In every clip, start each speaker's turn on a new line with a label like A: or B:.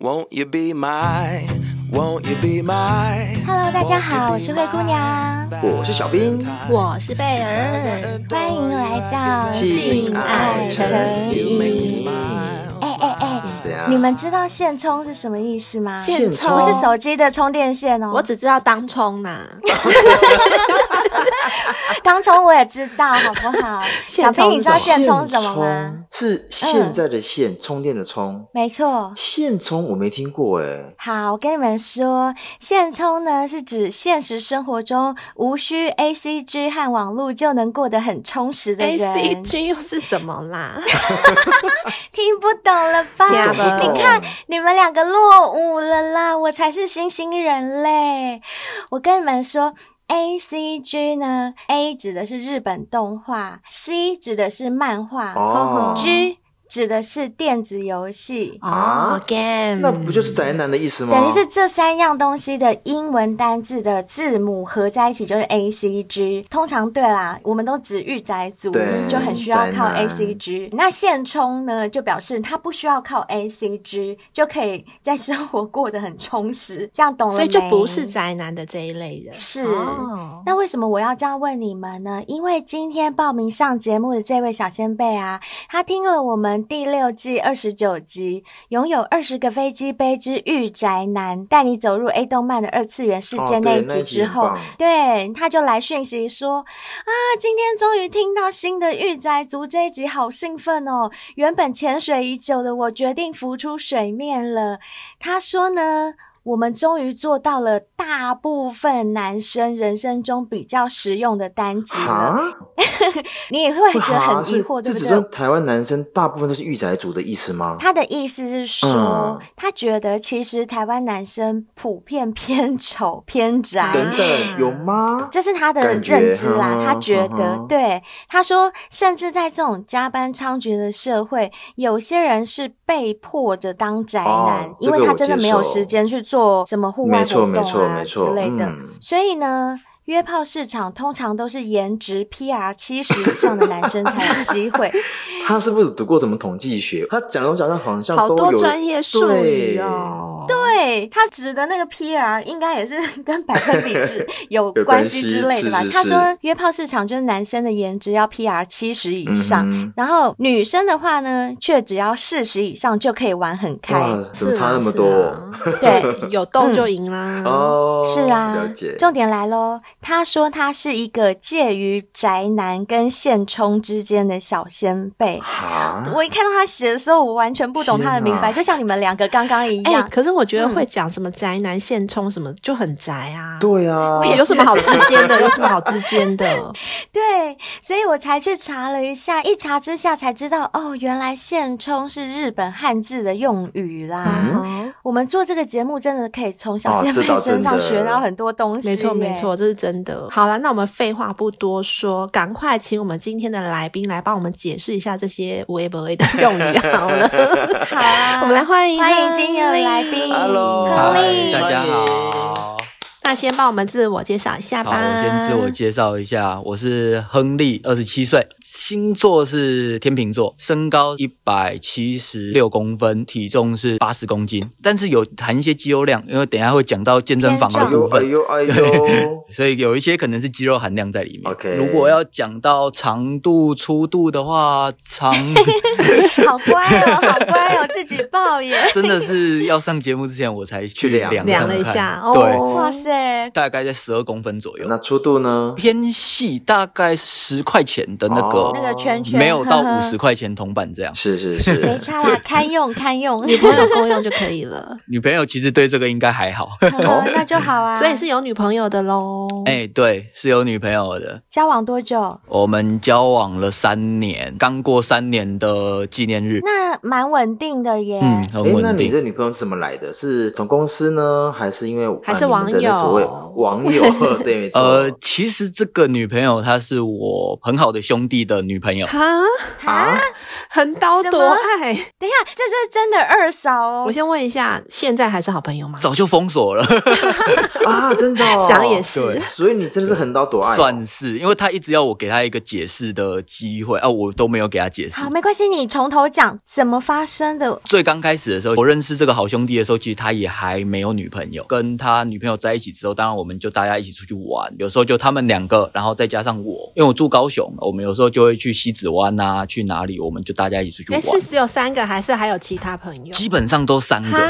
A: Won't you be my? Won't you be my?
B: Hello，大家好，我是灰姑娘，
C: 我是小兵，
D: 我是贝儿，
B: 欢迎来到
C: 性爱成瘾。
B: 哎哎哎，
C: 怎样？
B: 你们知道线充是什么意思吗？
C: 现充
B: 不是手机的充电线哦，
D: 我只知道当冲呐、
B: 当充我也知道，好不好？小
D: 现充
B: 兵，你知道
D: 是
B: 线充是什么吗？？
C: 是现在的现，充电的充。
B: 没错，
C: 现充我没听过哎，
B: 好，我跟你们说，现充呢是指现实生活中无需 A C G 和网络就能过得很充实的
D: a
B: 人
D: C G 又是什么啦？
B: 听不懂了吧？
D: 听不懂
B: 你看你们两个落伍了啦，我才是新兴人类。我跟你们说。A C G 呢？A 指的是日本动画，C 指的是漫画、
C: 哦
B: g 指的是电子游戏。
D: 哦
C: 啊那
D: ，game，
C: 不就是宅男的意思吗？
B: 等于是这三样东西的英文单字的字母合在一起就是 A C G。通常对啦，我们都指御宅族
C: 对，
B: 就很需要
C: 宅
B: 靠
C: 男
B: A C G。那现充呢，就表示他不需要靠 A C G 就可以在生活过得很充实。这样懂了
D: 所以就
B: 没
D: 不是宅男的这一类 人。
B: 是。
D: 哦
B: 那为什么我要这样问你们呢？因为今天报名上节目的这位小先辈啊，他听了我们第六季二十九集《拥有二十个飞机杯之御宅男》，带你走入 A 动漫的二次元世界
C: 哦对
B: 一
C: 那
B: 集
C: 一集
B: 之
C: 很
B: 后，
C: 棒
B: 对他就来讯息说啊，今天终于听到新的御宅族这一集，好兴奋哦！原本潜水已久的我决定浮出水面了。他说呢，我们终于做到了大部分男生人生中比较实用的单集了。
C: 哈，
B: 你也会觉得
C: 哈
B: 很疑
C: 是
B: 惑，对
C: 这只
B: 不对
C: 算？台湾男生大部分都是御宅族的意思吗？
B: 他的意思是说，
C: 嗯
B: 他觉得其实台湾男生普遍偏丑、偏宅，
C: 等
B: 嗯
C: 等，有吗？
B: 这是他的
C: 感觉
B: 认知啦，
C: 嗯
B: 他觉得、
C: 嗯
B: 对。他说，甚至在这种加班猖獗的社会，有些人是被迫着当宅男，
C: 哦
B: 因
C: 这
B: 为
C: 个
B: 他
C: 我
B: 真的
C: 接
B: 没有
C: 受
B: 时间去做什么户
C: 没
B: 外活
C: 错
B: 动
C: 没错
B: 啊
C: 没错
B: 之类的。
C: 嗯
B: 所以呢。约炮市场通常都是颜值 PR 七十以上的男生才有机 会，
C: 他是不是读过什么统计学？他讲的东西好像好像
D: 好
C: 都
D: 多
C: 有
D: 专业术语哦。
B: 对他指的那个 PR 应该也是跟百分比 制有关系之类的吧？
C: 有关系是是
B: 他说
C: 是
B: 约炮市场就是男生的颜值要 PR 七十以
C: 对
B: 上，
C: 嗯
B: 然后女生的话呢，却只要四十以上就可以玩很
C: 哼
B: 开。
C: 哇，怎么差那么多？
B: 对，
D: 对，有动就赢啦。
C: 哦，
B: 是啊
C: 了解。，
B: 重点来喽。他说他是一个介于宅男跟现充之间的小先辈。
C: 啊，
B: 我一看到他写的时候，我完全不懂他的
C: 天哪
B: 明白，就像你们两个刚刚一
D: 哎、
B: 样。
D: 可是我觉得
B: 嗯
D: 会讲什么宅男现充什么就很宅啊。
C: 对啊，
D: 有什么好之 间的？有什么好之间的？
B: 对，所以我才去查了一下，一查之下才知道，哦，原来现充是日本汉字的用语啦。
D: 嗯，
B: 我们做这个节目真的可以从小
C: 哦
B: 先
C: 这倒
B: 辈身
C: 真
B: 上
C: 的
B: 学到很多东西。
D: 没错，没。错，这是真的。好了，那我们废话不多说，赶快请我们今天的来宾来帮我们解释一下这些无微不微的用语 好了。
B: 好、啊，
D: 我们来欢迎
B: 欢迎今天的来宾
C: Hello，
B: 亨
E: 哦嗨
B: 利，
E: 大家好。
D: 那先帮我们自我介绍一下
E: 好，
D: 吧。
E: 我先自我介绍一下，我是亨利，二十七岁，星座是天秤座，身高一百七十六公分，体重是八十公斤，但是有含一些肌肉量，因为等一下会讲到健身房的
C: 哎呦
E: 部
C: 哎
E: 分。，
C: 呦哎呦
E: 所以有一些可能是肌肉含量在里面。
C: OK
E: 如果要讲到长度、粗度的话，长
B: 好乖哦，好乖哦，自己抱 耶。
E: 真的是要上节目之前我才去
C: 去量
E: 量
D: 量
E: 看
D: 了一
E: 看
D: 下，
E: 对，
D: 哦，
B: 哇，塞，
E: 大概在十二公分左右。
C: 那粗度呢？
E: 偏细，大概十块钱的那个，
C: 哦
B: 那个圈圈
E: 没有到
B: 呵呵
E: 五十块钱铜板这样。
C: 是是 哎
B: 没
C: 是，
B: 差啦，堪用堪用，
D: 女朋友够用就可以 了，
E: 女朋友其实对这个应该还好。
B: 呵呵那就好啊。
D: 所以是有女朋友的喽。
E: 哎、对，是有女朋友的。
B: 交往多久？
E: 我们交往了三年，刚过三年的纪念日，
B: 那蛮稳定的耶。
E: 嗯，很
C: 哎，那
E: 稳
C: 你
E: 定。
C: 这女朋友是怎么来的？是同公司呢，还是因为
D: 还是
C: 啊你们的
D: 网友
C: 认识所谓网友，对，没错。
E: 呃，其实这个女朋友她是我很好的兄弟的女朋友，
D: 哈，
C: 啊，
D: 横刀夺爱。
B: 等一下，这是真的二嫂哦
D: 我。先问一下，现在还是好朋友吗？
E: 早就封锁了，
C: 啊，真的、哦，
D: 想也是
E: 对
C: 所以你真的是横刀夺爱、
E: 算是，因为她一直要我给她一个解释的机会啊，我都没有给她解释
B: 好，。没关系，你从头讲怎么发生的。
E: 最刚开始的时候，我认识这个好兄弟的时候，其实他也还没有女朋友。跟他女朋友在一起之后，当然我们就大家一起出去玩，有时候就他们两个，然后再加上我，因为我住高雄，我们有时候就会去西子湾啊，去哪里，我们就大家一起出去
D: 哎，
E: 玩。
D: 是只有三个，还是还有其他朋友？
E: 基本上都三
D: 哈
E: 个，，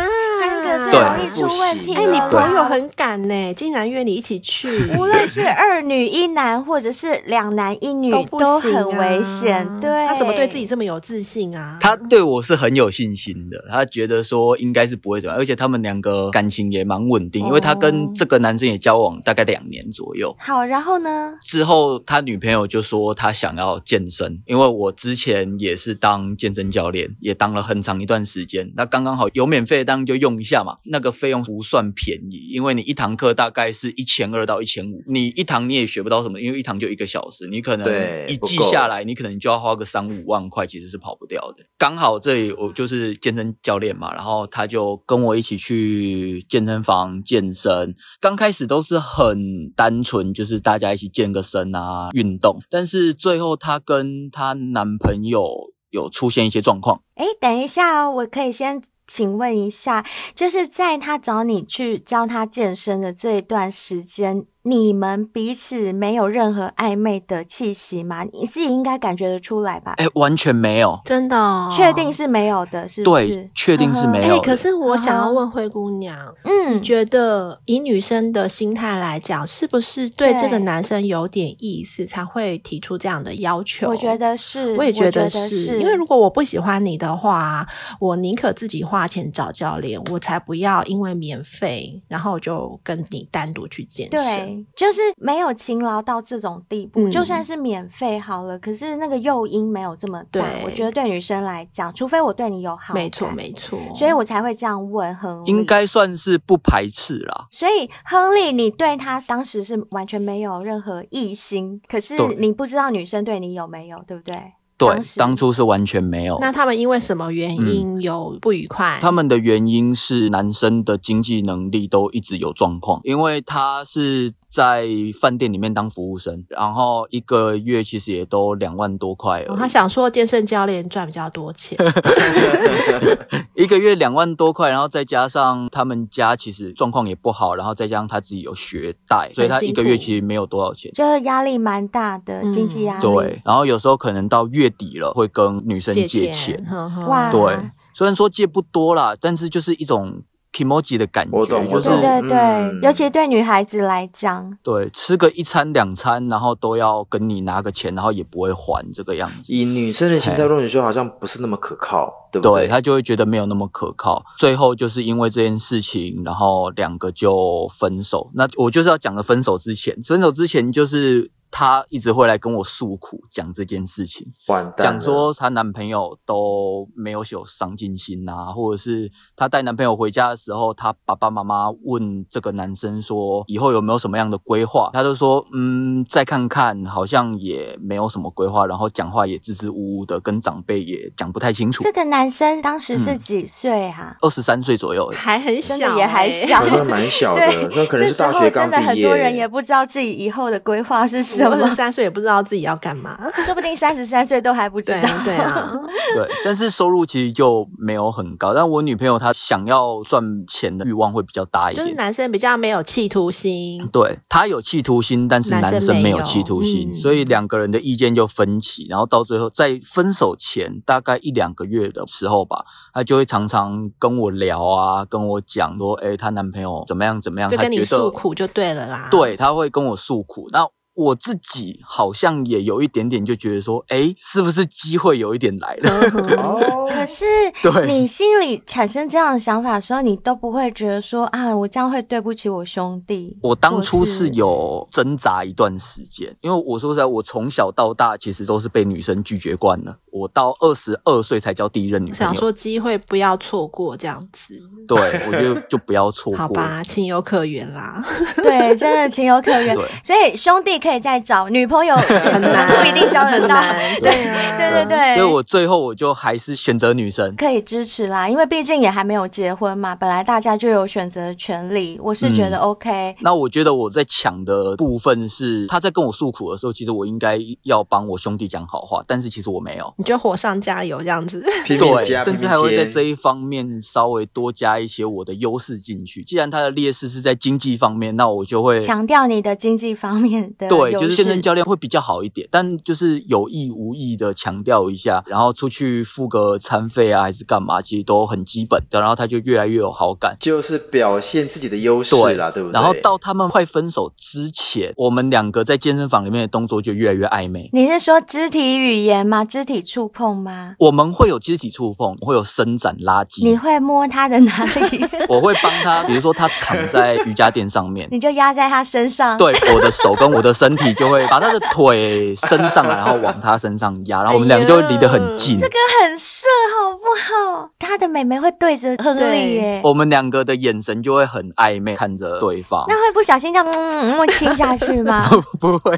B: 三个最
E: 对
B: 容易出问题
D: 哎、
B: 了。
D: 你朋友很敢呢，竟然约你一起 去，
B: 无论是二女一男，或者是两男一女，都
D: 不行、啊，
B: 很危险。对，
D: 他怎么对自己？这么有自信啊？
E: 他对我是很有信心的，他觉得说应该是不会怎么样，而且他们两个感情也蛮稳定，因为他跟这个男生也交往大概两年左右。
B: 好，然后呢？
E: 之后，他女朋友就说他想要健身，因为我之前也是当健身教练，也当了很长一段时间。那刚刚好有免费，当然就用一下嘛。那个费用不算便宜，因为你一堂课大概是一千二到一千五，你一堂你也学不到什么，因为一堂就一个小时，你可
C: 对
E: 能一
C: 不
E: 季
C: 够
E: 下来，你可能就要花个三五万块，其实是跑不掉的。刚好这里我就是健身教练嘛，然后他就跟我一起去健身房健身，刚开始都是很单纯，就是大家一起健个身啊，运动。但是最后她跟她男朋友有出现一些状况，
B: 哎，等一下哦，我可以先。请问一下，就是在他找你去教他健身的这一段时间，你们彼此没有任何暧昧的气息吗？你自己应该感觉得出来吧？
E: 哎，完全没有，
D: 真的、哦，
B: 确定是没有的，是不是
E: 对，？确定是没
D: 哎、
E: 有的。
D: 可是我想要问灰姑娘，
B: 嗯，
D: 觉得以女生的心态来讲，是不是对
B: 对
D: 这个男生有点意思，才会提出这样的要求？
B: 我觉。得是，
D: 我也觉得是，
B: 是，
D: 因为如果我不喜欢你的话，我宁可自己花钱找教练，我才不要因为免费，然后我就跟你单独去健身。
B: 对，就是没有勤劳到这种地步，
D: 嗯
B: 就算是免费好了，可是那个诱因没有这么大
D: 对。
B: 我觉得对女生来讲，除非我对你有好感，
D: 没错，没错。
B: 所以我才会这样问亨利。
E: 应，该算是不排斥啦，
B: 所以亨利，你对他当时是完全没有任何异心，可是
E: 对
B: 你不知道女生对你有没有，对不对？
E: 对
B: 当，时
E: 当初是完全没有。
D: 那他们因为什么原因有不愉快？哦
E: 嗯他们的原因是男生的经济能力都一直有状况，因为他是在饭店里面当服务生，然后一个月其实也都两万多块而已、
D: 哦他想说健身教练赚比较多钱，
E: 一个月两万多块，然后再加上他们家其实状况也不好，然后再加上他自己有学贷，所以他一个月其实没有多少钱。
B: 就是压力蛮大的，
D: 嗯
B: 经济压力。
E: 对，然后有时候可能到月底了会跟女生借
D: 钱
E: 钱，，
D: 呵
E: 啊
D: 呵
B: 哇
E: 对，虽然说借不多啦，但是就是一种 emoji 的感
C: 我
E: 觉，
C: 懂
E: 就
C: 我
E: 是
C: 懂
B: 对对对，
C: 嗯
B: 尤其对女孩子来讲，
E: 对吃个一餐两餐，然后都要跟你拿个钱，然后也不会还这个样子。
C: 以女生的心态
E: 嘿
C: 论说，好像不是那么可靠，对不
E: 对
C: 对？
E: 他就会觉得没有那么可靠。最后就是因为这件事情，然后两个就分手。那我就是要讲的分手之前，分手之前就是她一直会来跟我诉苦，讲这件事情，
C: 完蛋了，
E: 讲说她男朋友都没有有上进心啊，或者是她带男朋友回家的时候，她爸爸妈妈问这个男生说以后有没有什么样的规划，他就说嗯再看看，好像也没有什么规划，然后讲话也支支吾吾的，跟长辈也讲不太清楚
B: 这。个男生当时是
E: 嗯
B: 几岁啊？
E: 二十三岁左右而 已，
D: 还很小、
B: 真
D: 欸，
B: 的也还小
C: 好，像蛮小的，那可能
B: 这
C: 是
B: 时
C: 大
B: 候
C: 学
B: 真
C: 刚
B: 的很
C: 毕业。
B: 多人也不知道自己以后的规划是什
D: 我二
B: 么
D: 十，三岁也不知道自己要干嘛。
B: 说不定三十三岁都还 不知
D: 对
B: 道。
D: 对 啊，
E: 对，但是收入其实就没有很高。但我女朋友她想要赚钱的欲望会比较大一
D: 就是
E: 点。
D: 男生比较没有企图心。
E: 对她有企图心，但是
D: 男生
E: 男生
D: 没
E: 没有
D: 有
E: 企图心，
D: 嗯
E: 所以两个人的意见就分歧。然后到最后，在分手前大概一两个月的时候吧，她就会常常跟我聊啊，跟我讲说，哎，她男朋友怎么样怎么样，
D: 就
E: 她
D: 跟你
E: 啊觉得
D: 诉苦就对了啦。，
E: 对，他会跟我诉苦。那我自己好像也有一点点就觉得说，哎，是不是机会有一点来了？
C: 哦，
B: 可是
E: 对
B: 你心里产生这样的想法的时候，你都不会觉得说啊，我这样会对不起我兄弟。
E: 我当初
B: 或
E: 是有挣扎一段时间，因为我说实在，我从小到大其实都是被女生拒绝惯了。我到二十二岁才交第一任
D: 我
E: 女朋
D: 想
E: 友。
D: 说机会不要错过这样子，
E: 对，我觉得就不要错 过。
D: 好吧，情有可原啦。
B: 对，真的情有可原
E: 对。
B: 所以兄弟可以再找，女朋友很
D: 难
B: 不一定交得
D: 很
B: 到。
D: 难
B: 对
D: 对啊
B: 对对对，
E: 所以我最后我就还是选择女生。
B: 可以支持啦，因为毕竟也还没有结婚嘛，本来大家就有选择的权利。我是觉得
E: 嗯
B: OK，、
E: 那我觉得我在抢的部分是，他在跟我诉苦的时候，其实我应该要帮我兄弟讲好话，但是其实我没有。
D: 你就火上加油这样子，
C: 拼命加，拼
E: 对，甚
C: 命
E: 至还会在
C: 贴
E: 这一方面稍微多加一些我的优势进去。既然他的劣势是在经济方面，那我就会
B: 强调你的经济方面的
E: 对，
B: 优
E: 就是
B: 势
E: 健身教练会比较好一点，但就是有意无意的强调一下，然后出去付个餐费啊，还是干嘛，其实都很基本的，然后他就越来越有好感。
C: 就是表现自己的优势
E: 对
C: 啦，对不对？
E: 然后到他们快分手之前，我们两个在健身房里面的动作就越来越暧昧。
B: 你是说肢体语言吗？肢体触碰吗？
E: 我们会有肢体触碰，会有伸展拉
B: 你
E: 筋，
B: 会摸他的哪里？
E: 我会帮他，比如说他躺在瑜伽垫上面，
B: 你就压在他身上。
E: 对，我的手跟我的身体就会把他的腿伸上来，然后往他身上压，然后我们两个就会离得很近。
B: 哎这个很色，好不好？他的妹妹会对着亨利耶，
E: 我们两个的眼神就会很暧昧，看着对方。
B: 那会不小心这样嗯嗯嗯亲下去吗？
E: 不会，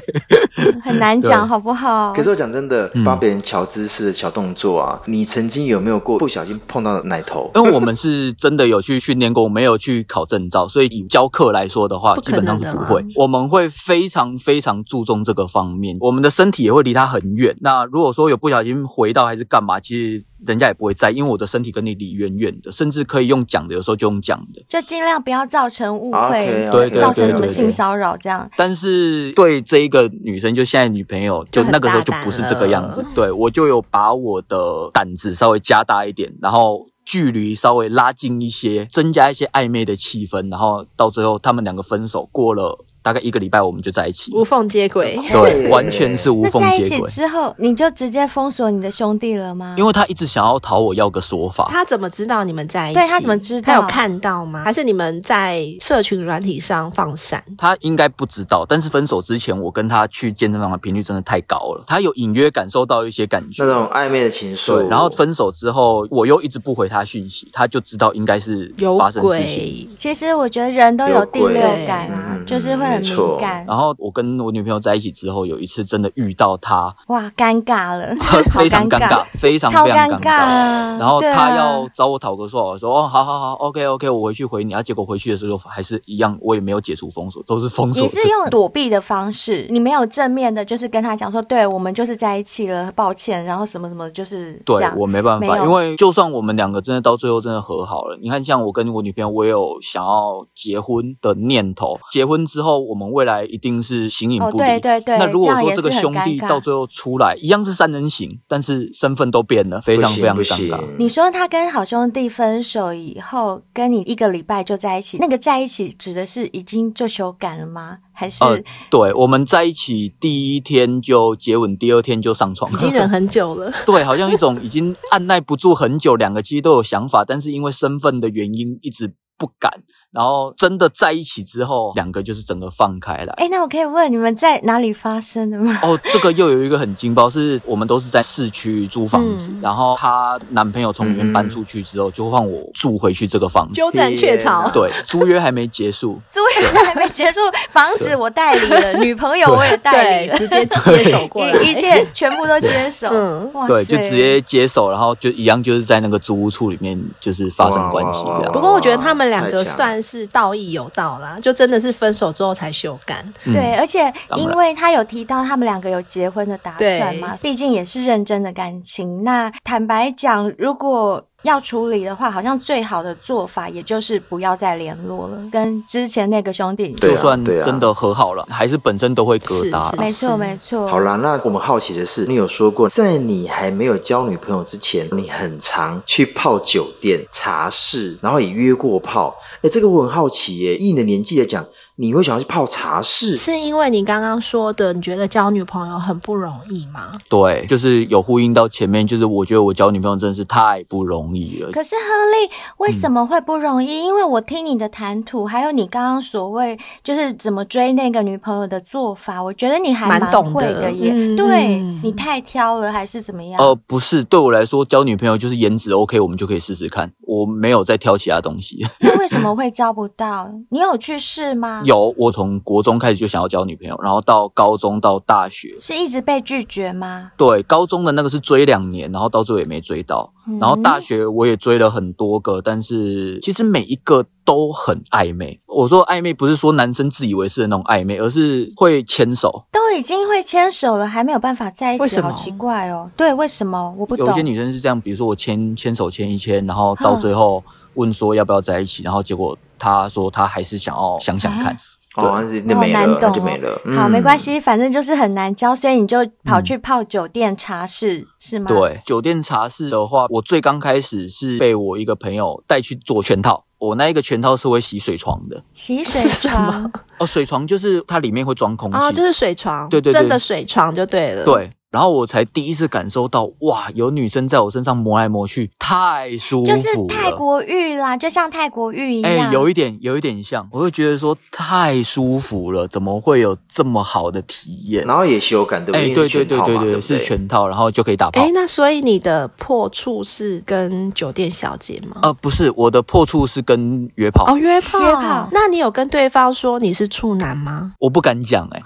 B: 很难讲，
E: 对
B: 好不好
C: 可？是我讲真的
E: 嗯，
C: 帮别人瞧姿势的小动作啊，你曾经有没有过不小心碰到奶头？
E: 因为我们是真的有去训练过，我没有去考证照，所以以教课来说的话，
D: 不
E: 基
D: 可能
E: 本
D: 的
E: 上
D: 嘛
E: 是不会。我们会非常非常注重这个方面，我们的身体也会离他很远。那如果说有不小心回到还是干嘛，其实人家也不会在意，因为我的身体跟你离远远的，甚至可以用讲的，有时候就用讲的。
B: 就尽量不要造成误会
C: OK，OK，
E: 对啊对
B: 造成什么
E: 对对
B: 性骚扰这样。
E: 但是对这一个女生，就现在女朋友，
D: 就
E: 就
D: 很
E: 那个时候就不是这个样子
D: 大。
E: 对我就有把我的胆子稍微加大一点，然后距离稍微拉近一些，增加一些暧昧的气氛，然后到最后他们两个分手，过了大概一个礼拜，我们就在一起。
D: 无缝接轨。
E: 对，完全是无
B: 那
E: 缝
B: 在一
E: 接
B: 起
E: 轨。
B: 之后，你就直接封锁你的兄弟了吗？
E: 因为他一直想要讨我要个说法，
D: 他怎么知道你们在一起？
B: 对他怎么知道
D: 他有看到吗？还是你们在社群软体上放闪？
E: 他应该不知道。但是分手之前，我跟他去健身房的频率真的太高了，他有隐约感受到一些感觉
C: 那。种暧昧的情愫，
E: 对，然后分手之后，我又一直不回他讯息，他就知道应该是
D: 有
E: 发生事情。
D: 鬼！
B: 其实我觉得人都有第六感啊
C: 有，鬼
B: 就是会很
C: 嗯没错
B: 敏感。
E: 然后我跟我女朋友在一起之后，有一次真的遇到 他，
B: 哇，尴尬了，好
E: 非常尴尬，，非常
B: 超
E: 非常
B: 尴
E: 尬。
B: 尬。啊
E: 然后
B: 对啊
E: 他要找我讨个说法，我说哦，好好好，OK OK，我回去回你。啊，结果回去的时候还是一样，我也没有解除封锁，都是封锁
B: 你
E: 制。
B: 是用躲避的方式，你没有正面的，就是跟他讲说，对我们就是在一起了，抱歉，然后什么什么，就是
E: 对
B: 这样。
E: 我没办
B: 没
E: 法，
B: 有
E: 因为就算我们两个真的到最后真的和好了，你看，像我跟我女朋友，我也有想要结婚的念头。结婚之后，我们未来一定是形影
B: 哦
E: 不离。
B: 对对对
E: 那如果
B: 这样也
E: 说
B: 是
E: 这个
B: 很
E: 兄弟
B: 尴尬
E: 到最后出来一样是三人行，但是身份都变了，非
C: 不
E: 常非
C: 行
E: 常
C: 不
E: 尴
C: 行
E: 尬。，
B: 你说他跟好兄弟分手以后，跟你一个礼拜就在一起，那个在一起指的是已经就修改了吗？还是、
E: 呃，对，我们在一起第一天就接吻，第二天就上床
D: 已。经忍很久了，
E: 对，好像一种已经按耐不住很久，两个其实都有想法，但是因为身份的原因一直不敢。然后真的在一起之后，两个就是整个放开来。
B: 哎，那我可以问你们在哪里发生的吗？
E: 哦，这个又有一个很劲爆，是我们都是在市区租房子，
B: 嗯
E: 然后她男朋友从里
C: 嗯
E: 面搬出去之后，就换我住回去这个房子。
D: 鸠占鹊巢。
E: 对，租约还没结束，
B: 租约还没结束，房子我代理 了，女朋友我也代理
D: 对，
B: 了，
D: 直接接手过来，
B: 一一切全部都接手。
D: 嗯
B: 哇
E: 对，就直接接手，然后就一样，就是在那个租屋处里面，就是发生关系
C: 哇哇
E: 这
C: 哇
E: 样。
D: 不过我觉得他们两个算是道义有道啦，就真的是分手之后才修改。
E: 嗯
B: 对，而且
E: 当然
B: 因为他有提到他们两个有结婚的打算嘛，毕竟也是认真的感情。那坦白讲，如果要处理的话，好像最好的做法也就是不要再联络了，跟之前那个兄弟。
C: 对
E: 就
C: 啊
E: 算
C: 对啊
E: 真的和好了，还是本身都会疙瘩
D: 是
E: 啦。
B: 没错，
D: 是
B: 没错。
C: 好啦，那我们好奇的是，你有说过，在你还没有交女朋友之前，你很常去泡酒店、茶室，然后也约过炮。哎，这个我很好奇耶，以你的年纪来讲，你会想要去泡茶室？
D: 是因为你刚刚说的，你觉得交女朋友很不容易吗？
E: 对，就是有呼应到前面，就是我觉得我交女朋友真的是太不容易了。
B: 可是亨利为什么会不容易？因为我听你的谈吐，还有你刚刚所谓就是怎么追那个女朋友的做法，我觉得你还
D: 蛮懂
B: 会
D: 的
B: 耶。
D: 嗯
B: 对
D: 嗯
B: 你太挑了，还是怎么样？
E: 呃，不是，对我来说，交女朋友就是颜值 OK，我们就可以试试看。我没有再挑其他东西。
B: 那为什么会交不到？你有去试
D: 嗯
B: 吗？
E: 有，我从国中开始就想要交女朋友，然后到高中到大学，
B: 是一直被拒绝吗？
E: 对，高中的那个是追两年，然后到最后也没追到。然后大学我也追了很多个，但是其实每一个都很暧昧。我说暧昧不是说男生自以为是的那种暧昧，而是会牵手。
B: 都已经会牵手了，还没有办法在一
D: 为
B: 起，
D: 什么
B: 好奇怪哦。对，为什么？我不
E: 有一些
B: 懂。
E: 女生是这样，比如说我牵牵手牵一牵，然后到最后问说要不要在一起，然后结果她说她还是想要想想看。
C: 哦，那是那
B: 好
C: 没
B: 难
C: 了，那
B: 懂
C: 就
B: 哦
C: 没了。嗯
B: 好，
E: 嗯
B: 没
C: 系。
B: 关系，反正就是很难交，所以你就跑去泡酒店茶室，是吗？，
E: 对，酒店茶室的话，我最刚开始是被我一个朋友带去做全套。我那一个全套是会洗水床的
B: 洗水
D: 是什
B: 床
D: 么。
E: 哦，水床就是它里面会装空气，
D: 啊、就是水床，
E: 对对对
D: 真的水床就对了。，
E: 对。然后我才第一次感受到，哇，有女生在我身上磨来磨去，太舒服
B: 就
E: 了。
B: 是泰国浴啦，就像泰国浴一
E: 哎、
B: 样。
E: 有一点，有一点像，我会觉得说太舒服了，怎么会有这么好的体验？
C: 然后也修感，对不
E: 哎、
C: 对？因为
E: 对
C: 是
E: 对
C: 全
E: 对
C: 套
E: 对
C: 嘛，对不
E: 是
C: 对
E: 全套，然后就可以打炮。
D: 哎，那所以你的破处是跟酒店小姐吗？
E: 呃，不是，我的破处是跟约炮，
D: 哦，约炮，
B: 约炮
D: 那你有跟对方说你是处男吗？
E: 我不敢讲、哎，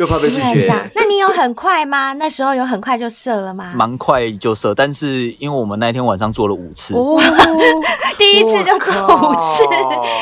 C: 又怕被拒
B: 是很
C: 绝。
B: 像那你有很快吗？那时候有很快就射了 吗？
E: 蛮快就射，但是因为我们那天晚上做了五次，
D: 哦，
B: 第一次就做五次，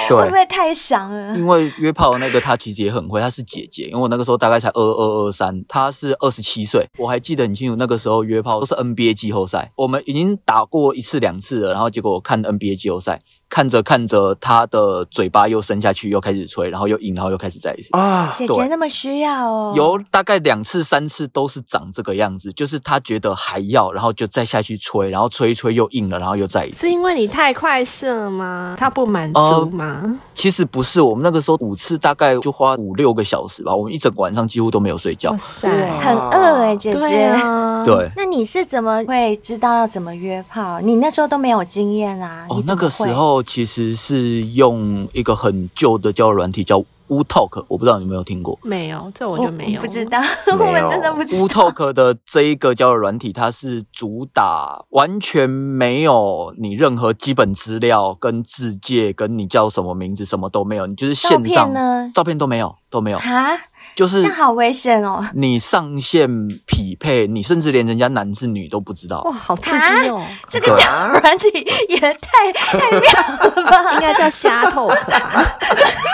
E: 对嗯
B: 会不会太想 了？
E: 因为约炮的那个她其实也很会，她是姐姐，因为我那个时候大概才二二二三，她是二十七岁，我还记得很清楚，那个时候约炮都是 NBA 季后赛，我们已经打过一次两次了，然后结果我看 NBA 季后赛，看着看着她的嘴巴又伸下去，又开始吹，然后又硬，然后又开始在一起。
D: 哦
C: 啊，
B: 姐姐那么需要哦，
E: 有大概两次、三次都是长这个样子，就是她觉得还要，然后就再下去吹，然后吹一吹又硬了，然后又在一起。
D: 是因为你太快射吗？他不满足
E: 哦
D: 吗？
E: 其实不是，我们那个时候五次大概就花五六个小时吧，我们一整个晚上几乎都没有睡觉。
D: 哇塞，
B: 很饿哎、姐
D: 对
B: 姐。
D: 啊，
E: 哦对，
B: 那你是怎么会知道要怎么约炮？你那时候都没有经验啊。
E: 哦
B: 你，怎
E: 那
B: 么
E: 个
B: 会
E: 时候其实是用一个很旧的交友软体叫 Wu Talk，我不知道你有没有听过。
D: 没有，这我
B: 我
D: 就没有，
B: 我不知。道，
C: 有
B: 我们真的不知
E: Wu
B: 道。
E: Talk 的这一个交友软体，它是主打完全没有你任何基本资料、跟字界、跟你叫什么名字什么都没有，你就是线
B: 照
E: 上哦
B: 片呢
E: 照片都没有，都没有，
B: 啊，
E: 就是
B: 这样好危险哦！
E: 你上线匹配，你甚至连人家男是女都不知道。
D: 哇，好刺激哦！
B: 这个讲软体也太太妙了 吧？
D: 应该叫瞎透壳吧。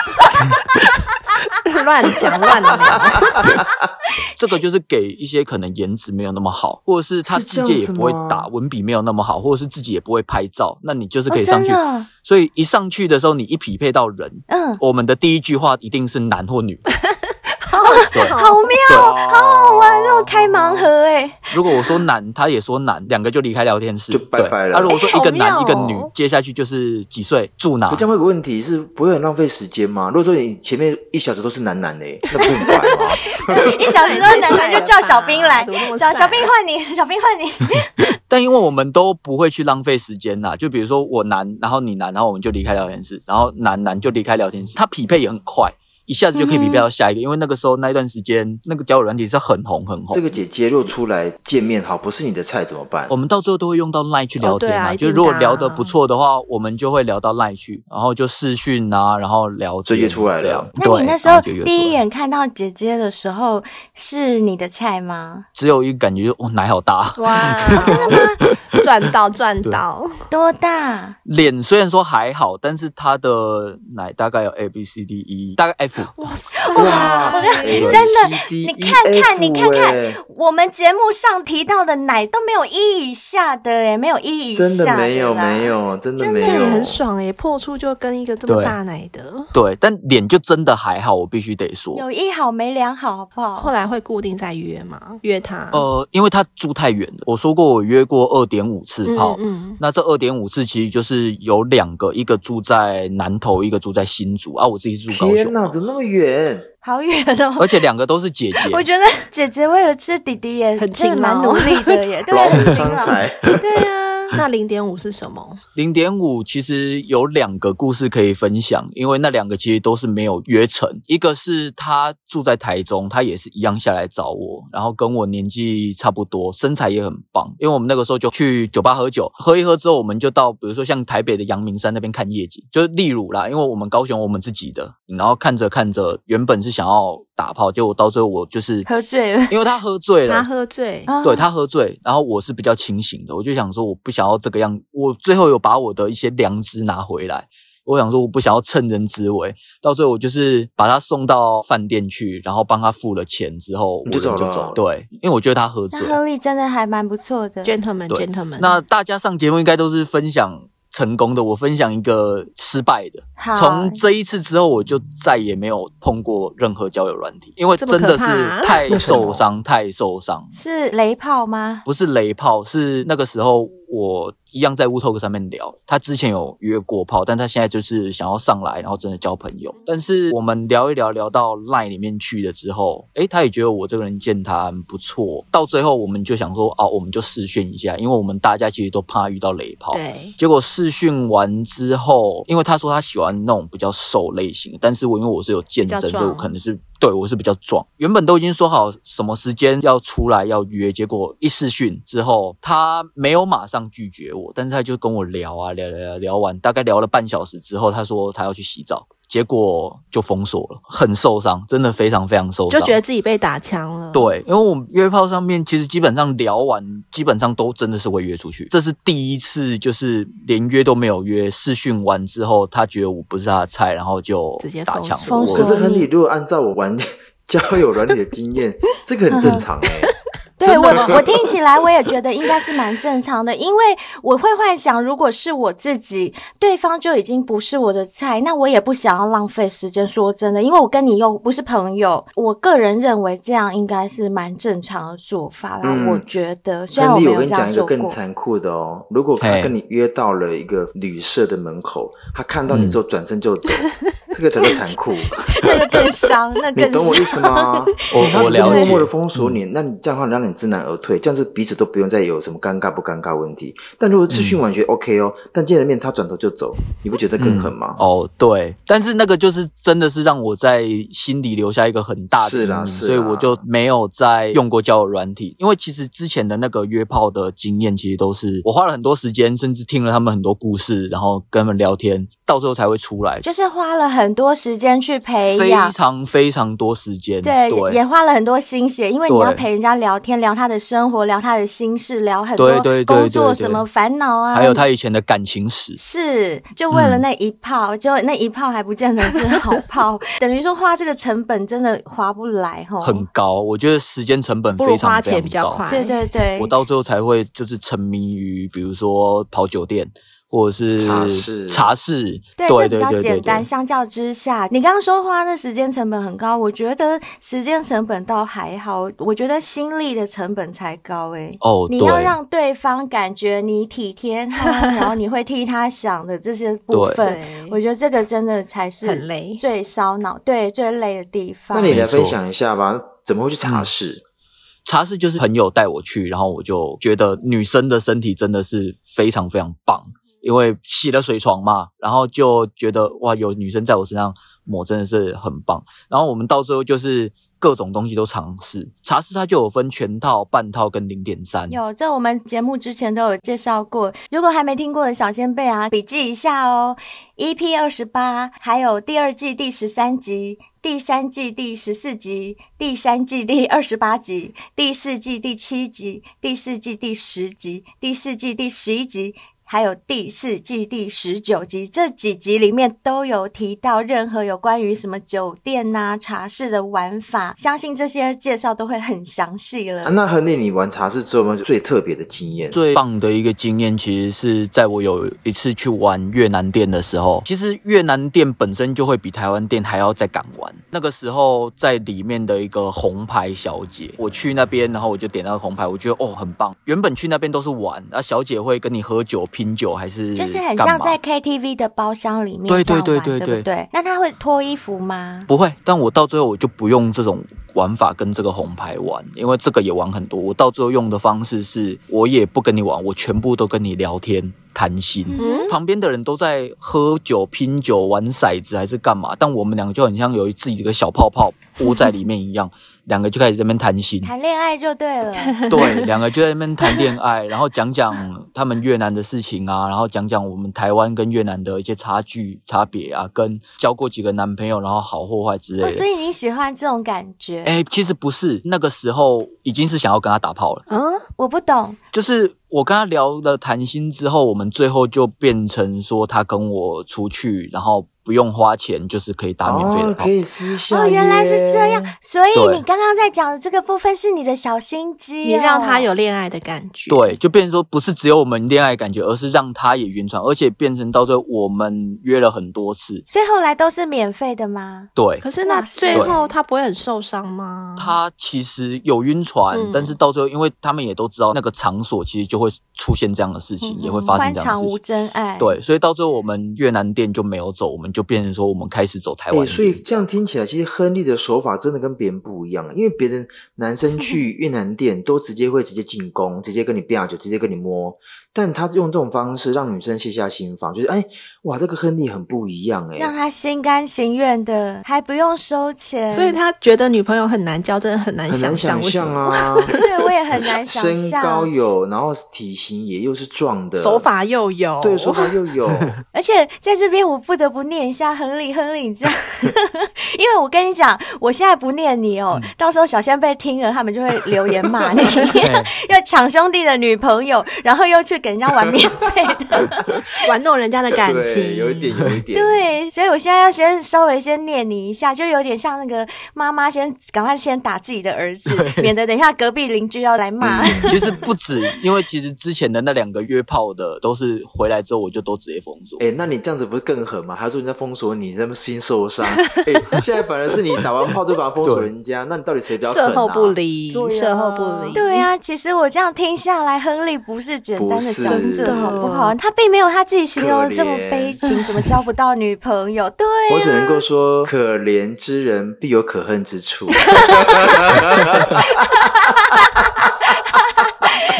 D: 乱讲乱 聊，
E: 这个就是给一些可能颜值没有那么好，或者是他
C: 是这
E: 字
C: 样
E: 界也不会
C: 子吗
E: 打，文笔没有那么好，或者是自己也不会拍照，那你就是可以
B: 哦
E: 上
B: 真
E: 去。
B: 的，
E: 所以一上去的时候，你一匹配到人，
B: 嗯，
E: 我们的第一句话一定是男或女。
B: 好妙，
E: 啊
B: 好好玩哦，开盲盒哎、
E: 如果我说男，他也说男，两个就离开聊天室，
C: 就拜拜
E: 对啊
C: 了
E: 那、如果说一个
D: 哎
E: 男、
D: 好妙哦
E: 一个女，接下去就是几岁住哪
C: 我？这样会有个问题是，不会很浪费时间吗？如果说你前面一小时都是男男的，那不是很烦吗？
E: 啊
B: 一小时都很难的，就叫小兵来
D: 怎么那，么啊
B: 小
D: 晒
B: 小兵换你， 小兵换你。
E: 但因为我们都不会去浪费时间啦，就比如说我男，然后你男，然后我们就离开聊天室，然后男男就离开聊天室，他匹配也很快，一下子就可以匹配到下一个，因为那个时候那一段时间那个交友软体是很红很红。
C: 这个姐姐若出来见面，好不是你的菜怎么办
E: 我？们到最后都会用到 LINE 去聊天
D: 哦对啊一定的啊
E: 就是如果聊得不错的话，我们就会聊到 LINE 去，然后就视讯啊，然后聊天
C: 就约出来了
E: 这样
B: 那你
E: 对
B: 那时候
E: 然后就约出来
B: 第一眼看到姐姐的时候，是你的菜吗？
E: 只有一个感觉就是，哦，奶好大，
D: 哇，真的吗？赚到赚到，
B: 多大？
E: 脸虽然说还好，但是他的奶大概有 A B C D E，大概 F。
D: 哇塞！
C: 哇，哎
B: 真的
C: E
B: 你看看，你看
C: 欸
B: 看，我们节目上提到的奶都没有一以下的哎，没有一以下
C: 真的
B: 的
C: 没有
B: 啦
C: 没。有，真的没
D: 这样也很
C: 有。
D: 爽耶，破处就跟一个这么
E: 哎对
D: 大奶的，
E: 对，但脸就真的还好，我必须得说。
B: 有一好没两好，好不
D: 后
B: 好？
D: 来会固定再约吗？约他？
E: 呃，因为他住太远了，我说过我约过二点五次
D: 嗯，
E: 炮。
D: 嗯，
E: 那这二点五次其实就是有两个，一个住在南投，一个住在新竹啊，我自己住高雄
C: 天
E: 嘛。
C: 真么那么远？
B: 好远哦。
E: 而且两个都是姐姐，
B: 我觉得姐姐为了吃弟弟也
D: 很
B: 真的
D: 勤
B: 蛮
D: 劳
B: 努力 的耶，对，
C: 老
B: 很
C: 母
B: 勤
C: 伤
B: 劳。
C: 财。
B: 对啊，
D: 那零点五是什么？
E: 零点五其实有两个故事可以分享，因为那两个其实都是没有约成。一个是他住在台中，他也是一样下来找我，然后跟我年纪差不多，身材也很棒。因为我们那个时候就去酒吧喝酒，喝一喝之后，我们就到比如说像台北的阳明山那边看夜景，就是例如啦，因为我们高雄我们自己的，然后看着看着，原本是想要打炮，结果到最后我就是
B: 喝醉了。
E: 因为他喝醉了，
D: 他喝醉，
B: 啊
E: 对他喝醉，然后我是比较清醒的，我就想说我不想要这个样，我最后有把我的一些良知拿回来。我想说，我不想要趁人之危，到最后我就是把他送到饭店去，然后帮他付了钱之后，我
C: 你就走
E: 人就
C: 了
E: 走。对，因为我觉得他喝醉
B: 那。合力真的还蛮不错的。
D: gentlemen
E: 对
D: gentlemen，
E: 那大家上节目应该都是分享成功的，我分享一个失败的。
B: 好，
E: 从这一次之后，我就再也没有碰过任何交友软体，因为
D: 这么
E: 真的
D: 可
E: 是
D: 怕啊
E: 太
C: 为什么
E: 受伤，太受伤。
B: 是雷炮吗？
E: 不是雷炮，是那个时候我一样在乌托克上面聊，他之前有约过炮，但他现在就是想要上来，然后真的交朋友。但是我们聊一聊，聊到 LINE 里面去了之后，诶，他也觉得我这个人见他很不错。到最后我们就想说，啊，我们就试训一下，因为我们大家其实都怕遇到雷炮。
D: 对，
E: 结果试训完之后，因为他说他喜欢那种比较瘦类型，但是我因为我是有健身，
D: 比较
E: 所
D: 壮
E: 以我可能是对我是比较壮。原本都已经说好什么时间要出来要约，结果一试训之后，他没有马上拒绝我，但是他就跟我聊啊聊聊聊聊完，大概聊了半小时之后，他说他要去洗澡，结果就封锁了，很受伤，真的非常非常受伤，
D: 就觉得自己被打枪了。，
E: 哦对，因为我们约炮上面其实基本上聊完，基本上都真的是会约出去。这是第一次，就是连约都没有约，试训完之后，他觉得我不是他的菜，然后就
D: 直接
E: 打
D: 封
E: 枪
D: 锁
E: 我。
B: 封
C: 可
B: 锁
C: 是亨利，如果按照我玩交友软体的经验，这个很正常哎、
B: 对我，我听起来我也觉得应该是蛮正常的，因为我会幻想，如果是我自己，对方就已经不是我的菜，那我也不想要浪费时间。说真的，因为我跟你又不是朋友，我个人认为这样应该是蛮正常的做法啦。
C: 嗯
B: 我觉得，虽然
C: 亨
B: 我
C: 利，
B: 没
C: 我跟你
B: 有这
C: 讲
B: 样
C: 一个
B: 做过
C: 更，残酷的哦，如果他
E: 嘿
C: 跟你约到了一个旅社的门口，他看
E: 嗯
C: 到你之后转身 就走，这个才叫残酷。
B: 那个 更伤，那
C: 你
B: 更
C: 懂我意
B: 伤。
C: 思 吗？
E: 我
C: 他
E: 我
C: 只是
E: 了
C: 默默的
E: 解，嗯
C: 封锁你，那你这样的话让你知难而退，这样子彼此都不用再有什么尴尬不尴尬问题。但如果是
E: 嗯
C: 讯完觉得 OK 哦，但见了面他转头就走，你不觉得更狠吗？
E: 哦，对，但是那个就是真的是让我在心底留下一个很大的
C: 是
E: 阴
C: 啦
E: 影，
C: 是
E: 所以
C: 啦
E: 我就没有再用过交友软体，因为其实之前的那个约炮的经验，其实都是我花了很多时间，甚至听了他们很多故事，然后跟他们聊天，到最后才会出来。
B: 就是花了很多时间去培
E: 非
B: 养，
E: 常非常多时间，
B: 对，也也
E: 对
B: 花了很多心血，因为你
E: 对
B: 要陪人家聊天，聊他的生活，聊他的心事，聊很
E: 对对
B: 多
E: 对
B: 工
E: 对
B: 作
E: 对
B: 什么烦恼啊，
E: 还有他以前的感情史，
B: 是，就为
E: 嗯
B: 了那一炮，就那一炮还不见得是好 炮，等于说花这个成本真的划不来吼。
E: 很高，我觉得时间成本
D: 不如
E: 非
D: 花
E: 常非
D: 钱
E: 常
D: 比较
E: 高。
D: 快。
B: 对对对
E: 我，到最后才会就是沉迷于，比如说跑酒店或者是
C: 茶室
E: 茶室，
B: 对，
E: 对
B: 这比
E: 对
B: 较
E: 对对
B: 简单。
E: 对。
B: 相较之下，你刚刚说花的时间成本很高，我觉得时间成本倒还好，我觉得心力的成本才高诶、
E: 哦，
B: 你要
E: 对，
B: 让对方感觉你体贴 他，然后你会替他想的这些部分
D: 对，
B: 我觉得这个真的才
D: 很
B: 是
D: 累。
B: 最烧脑、对最累的地方。
C: 那你来
E: 没错
C: 分享一下吧，怎么会去茶室？
E: 茶室就是朋友带我去，然后我就觉得女生的身体真的是非常非常棒，因为洗了水床嘛，然后就觉得哇，有女生在我身上抹真的是很棒。然后我们到最后就是各种东西都尝试，茶室它就有分全套、半套跟零点三，
B: 有，这我们节目之前都有介绍过。如果还没听过的小先辈啊，笔记一下哦。EP 二十八，还有第二季第十三集、第三季第十四集、第三季第二十八集、第四季第七集、第四季第十集、第四季第十一集。还有第四季第十九集，这几集里面都有提到任何有关于什么酒店呐、茶室的玩法，相信这些介绍都会很详细了。
C: 啊，那亨利，你玩茶室之后有没有最特别的经验？
E: 嗯最棒的一个经验，其实是在我有一次去玩越南店的时候，其实越南店本身就会比台湾店还要再敢玩。那个时候在里面的一个红牌小姐，我啊去那边，然后我就点那个红牌，我觉得哦很棒。原本去那边都是玩，那小姐会跟你喝酒 PK。品酒还是
B: 就是很
E: 干
B: 像
E: 嘛
B: 在 KTV 的包厢里面
E: 对
B: 这样
E: 对
B: 玩
E: 对
B: 对
E: 对
B: 不对？那他会脱衣服吗？
E: 不会，但我到最后我就不用这种玩法跟这个红牌玩，因为这个也玩很多。我到最后用的方式是，我也不跟你玩，我全部都跟你聊天谈心。
D: 嗯
E: 旁边的人都在喝酒、拼酒、玩骰子还是干嘛，但我们两个就很像有自己一个小泡泡窝在里面一样， 两个就开始在那边谈心。
B: 谈恋爱就对了，
E: 对，两个就在那边谈恋爱，然后讲讲他们越南的事情啊，然后讲讲我们台湾跟越南的一些差距、差别啊，跟交过几个男朋友，然后好或坏之类
B: 哦
E: 的。
B: 所以你喜欢这种感觉？
E: 哎、其实不是，那个时候已经是想要跟他打炮了。
D: 嗯，
B: 我不懂，
E: 就是我跟他聊了谈心之后，我们最后就变成说他跟我出去，然后不用花钱，就是可以打免费的
C: 哦，
E: 炮。
C: 可以私下
B: 哦，原来是
C: 耶
B: 这样，所以
E: 对
B: 你刚刚在讲的这个部分是你的小心机、哦
D: 你让他。有恋爱的感觉，，
E: 对，就变成说不是只有我们恋爱感觉，而是让他也晕船，而且变成到最后我们约了很多次。
B: 所以后来都是免费的吗？
E: 对，
D: 可是那
B: 哇塞
D: 最后他不会很受伤吗？
E: 他其实有晕船，
D: 嗯
E: 但是到最后，因为他们也都知道那个场所其实就会出现这样的事情，也会发
B: 嗯
E: 生
B: 欢
E: 这样的
B: 场
E: 事
B: 无
E: 情。
B: 真爱。，
E: 对，所以到最后我们越南店就没有走，我们就变成说我们开始走台
C: 哎、
E: 湾
C: 所以
E: 店。
C: 这样听起来，其实亨利的手法真的跟别人不一样，因为别人男生去越南店都直接会直接进攻，直接跟你啪酒，直接跟你摸，但他用这种方式让女生卸下心防，就是哎、哇，这个亨利很不一样哎、
B: 让他心甘情愿的，还不用收钱。
D: 所以他觉得女朋友很难交，真的很难
C: 很难
D: 想象
C: 想
D: 为什
C: 象
D: 么。
C: 啊，
B: 对我也很难想
C: 身高
B: 象。
C: 有，然后体型也又是壮的，
D: 手法又有，
C: 对手法又有，
B: 而且在这边，我不得不念一下亨利，亨利，你这样， 因为我跟你讲，我现在不念你哦，到时候小仙贝听了，他们就会留言骂你， 要抢兄弟的女朋友，然后又去给人家玩免费的，
D: 玩弄人家的感情，
C: 对，有一点，有一点，
B: 对，所以我现在要先稍微先念你一下，就有点像那个妈妈先赶快先打自己的儿子，免得等一下隔壁邻居要来骂。
E: 其实不止，因为其实之前的那两个约炮的都是回来之后我就都直接封锁。
C: 哎、那你这样子不是更狠吗？还说人家封锁你，在那边心受伤。 哎、现在反而是你打完炮就把他封锁
E: 对
C: 人家，那你到底谁比较狠、啊？
D: 售后不理，
C: 对啊
D: 售后不理，
B: 对
E: 嗯
B: 呀、其实我这样听下来，亨利不是简单
C: 不
B: 的
C: 是
B: 角
D: 真
B: 色，
D: 的
B: 好不好？他并没有他自己形容的这么悲情，什么交不到女朋友，对、啊，
C: 我只能够说，可怜之人必有可恨之处。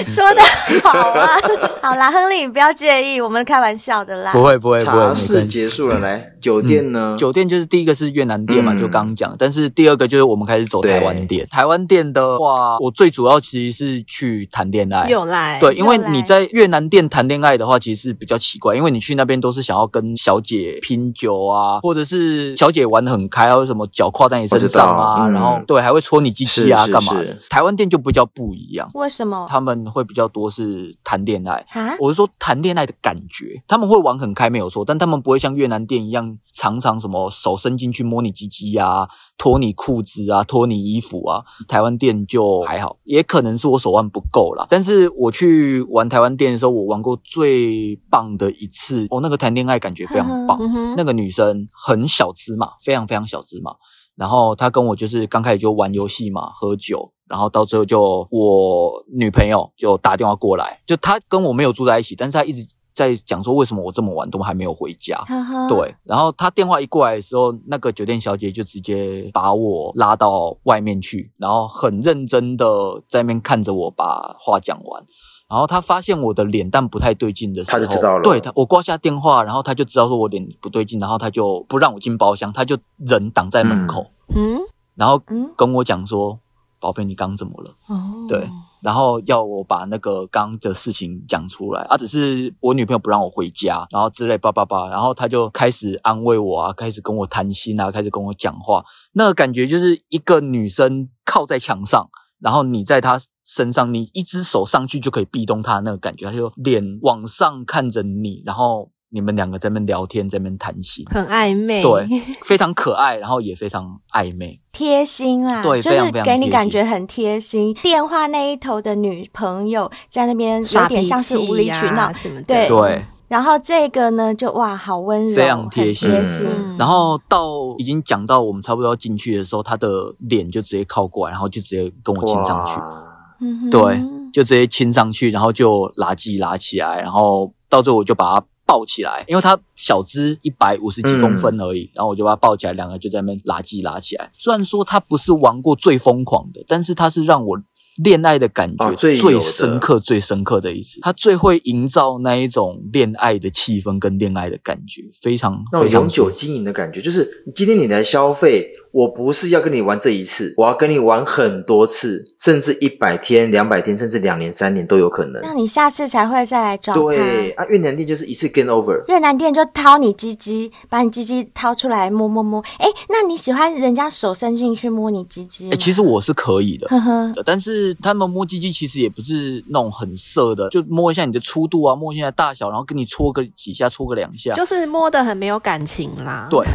B: 说的好 啊。好啦，亨利，你不要介意，我们开玩笑的啦。
E: 不会不会不会，
C: 茶
E: 没
C: 室
E: 关系。嗯
C: 结束了，来酒店呢？
E: 酒店就是第一个是越南店嘛，
C: 嗯
E: 就刚刚讲，但是第二个就是我们开始走台湾店。台湾店的话，我最主要其实是去谈恋爱，
D: 又来，
E: 对，因为
B: 又来
E: 你在越南店谈恋爱的话，其实是比较奇怪，因为你去那边都是想要跟小姐拼酒啊，或者是小姐玩得很开啊，或者什么脚跨在你身上
C: 我
E: 啊，
C: 知道嗯
E: 然后对，还会戳你鸡鸡啊，
C: 是是
E: 干嘛的
C: 是？
E: 台湾店就比较不一样，
B: 为什么？
E: 他们会比较多是谈恋爱。
B: 啊？
E: 我是说谈恋爱的感觉，他们会玩很开没有错，但他们不会像越南店一样常常什么手伸进去摸你鸡鸡啊、脱你裤子啊、脱你衣服啊。台湾店就还好，也可能是我手腕不够啦。但是我去玩台湾店的时候，我玩过最棒的一次，哦，那个谈恋爱感觉非常棒。
D: 嗯哼，
E: 那个女生很小芝麻，非常非常小芝麻。然后她跟我就是刚开始就玩游戏嘛，喝酒，然后到最后就我女朋友就打电话过来，就她跟我没有住在一起，但是她一直在讲说为什么我这么晚都还没有回家。
B: 呵呵，
E: 对，然后她电话一过来的时候，那个酒店小姐就直接把我拉到外面去，然后很认真的在那边看着我把话讲完。然后她发现我的脸蛋不太对劲的时候，
C: 她就知道了
E: 对她，我挂下电话，然后她就知道说我脸不对劲，然后她就不让我进包厢，她就人挡在门口，
D: 嗯，
E: 然后
B: 嗯
E: 跟我讲说：“宝贝，你刚怎么了？”
D: 哦，
E: 对，然后要我把那个刚的事情讲出来啊，只是我女朋友不让我回家，然后之类叭叭叭，然后他就开始安慰我啊，开始跟我谈心啊，开始跟我讲话，那个感觉就是一个女生靠在墙上，然后你在她身上，你一只手上去就可以壁咚她那个感觉，她就脸往上看着你，然后你们两个在那边聊天，在那边谈 心。
D: 很暧昧，
E: 对，非常可爱，然后也非常暧昧。
B: 贴心啦，
E: 对
B: 就
E: 非常
B: 是
E: 非常
B: 给你
E: 贴
B: 感
E: 心
B: 觉很贴心。电话那一头的女朋友在那边有
D: 耍
B: 点
D: 脾
B: 像是
D: 气
B: 无理取闹
D: 呀，什么的，
B: 对
E: 对，
B: 然后这个呢，就哇，好温柔，
E: 非常
B: 很
E: 贴心
B: 贴心。
D: 嗯
E: 然后到已经讲到我们差不多要进去的时候，他的脸就直接靠过来，然后就直接跟我亲上去，
C: 哇
B: 嗯哼
E: 对，就直接亲上去，然后就拉鸡拉起来，然后到最后我就把它抱起来，因为它小只一百五十几公分而已，然后我就把它抱起来，两个就在那边拉鸡拉起来。虽然说它不是玩过最疯狂的，但是它是让我。恋爱的感觉
C: 哦最有的
E: 最深刻、最深刻的一次，它最会营造那一种恋爱的气氛跟恋爱的感觉，非常
C: 那种
E: 非常
C: 永久经营的感觉，就是今天你来消费，我不是要跟你玩这一次，我要跟你玩很多次，甚至一百天、两百天，甚至两年、三年都有可能。
B: 那你下次才会再来找他。
C: 对啊，越南地就是一次 get over，
B: 越南店就掏你鸡鸡，把你鸡鸡掏出来摸摸摸。哎、那你喜欢人家手伸进去摸你鸡鸡吗、
E: 欸其 实我是可以的，
B: 呵呵，
E: 但是他们摸鸡鸡其实也不是那种很色的，就摸一下你的粗度啊，摸一下你的大小，然后跟你搓个几下，搓个两
B: 嗯
E: 下。
D: 就是摸的很没有感情啦。
E: 对，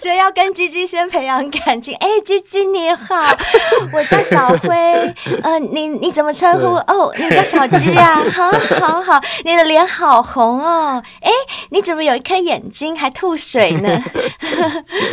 B: 所以要跟鸡鸡先培养感情。哎、鸡鸡你 好，我叫小辉，呃，你你怎么称呼？哦，你叫小鸡 啊，好好好，你的脸好红哦。哎、你怎么有一颗眼睛还吐水呢？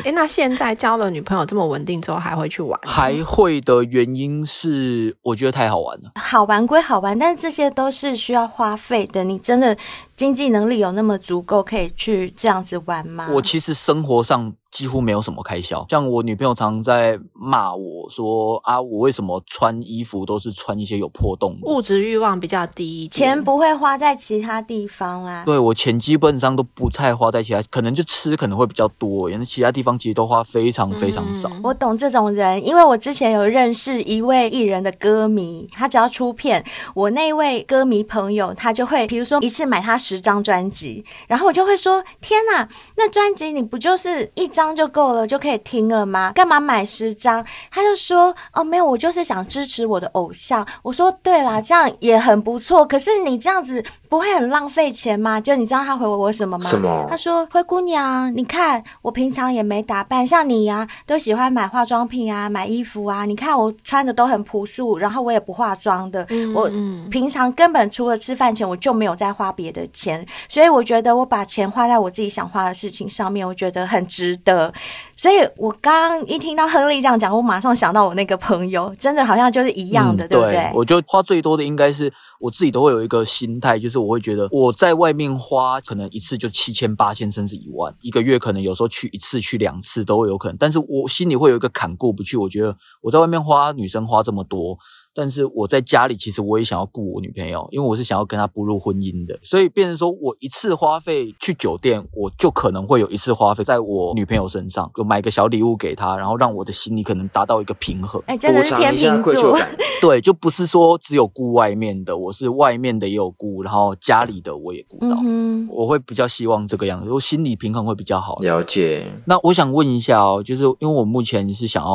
D: 诶，那现在交了女朋友这么稳定之后，还会去玩？
E: 还会的原因是我觉得太好玩了。
B: 好玩归好玩，但这些都是需要花费的。你真的经济能力有那么足够可以去这样子玩吗？
E: 我其实生活上几乎没有什么开销，像我女朋友常在骂我说啊，我为什么穿衣服都是穿一些有破洞
B: 哦
E: 的？
D: 物质欲望比较低一点，
B: 钱不会花在其他地方啊啦。
E: 对我钱基本上都不太花在其他，可能就吃可能会比较多，因为其他地方其实都花非常
B: 嗯
E: 非常少。
B: 我懂这种人，因为我之前有认识一位艺人的歌迷，他只要出片，我那位歌迷朋友他就会，比如说一次买他十张专辑，然后我就会说：天哪，那专辑你不就是一张就够了，就可以听了吗？干嘛买十张？他就说：哦，没有，我就是想支持我的偶像。我说：对啦，这样也很不错。可是你这样子不会很浪费钱吗？就你知道他回我什么吗？
C: 什么
B: 他说：“灰姑娘，你看我平常也没打扮，像你呀、啊都喜欢买化妆品啊，买衣服啊。你看我穿的都很朴素，然后我也不化妆的。
C: 嗯
B: 我平常根本除了吃饭钱，我就没有再花别的钱。所以我觉得我把钱花在我自己想花的事情上面，我觉得很值得。所以我刚刚一听到亨利这样讲，我马上想到我那个朋友，真的好像就是一样的，
E: 嗯、
B: 对不
E: 对？我觉得花最多的应该是我自己都会有一个心态，就是我会觉得我在外面花可能一次就七千、八千，甚至一万，一个月可能有时候去一次、去两次都会有可能，但是我心里会有一个坎过不去。我觉得我在外面花，女生花这么多。但是我在家里，其实我也想要顾我女朋友，因为我是想要跟她步入婚姻的，所以变成说我一次花费去酒店，我就可能会有一次花费在我女朋友身上，就买个小礼物给她，然后让我的心里可能达到一个平衡。
B: 哎，真
C: 补
B: 的是
C: 偿
B: 天
C: 一下
B: 秤
C: 愧疚
B: 座。
C: 感。
E: 对，就不是说只有顾外面的，我是外面的也有顾，然后家里的我也顾到。
B: 嗯哼，
E: 我会比较希望这个样子，我心理平衡会比较好。
C: 了解，
E: 那我想问一下哦，就是因为我目前是想要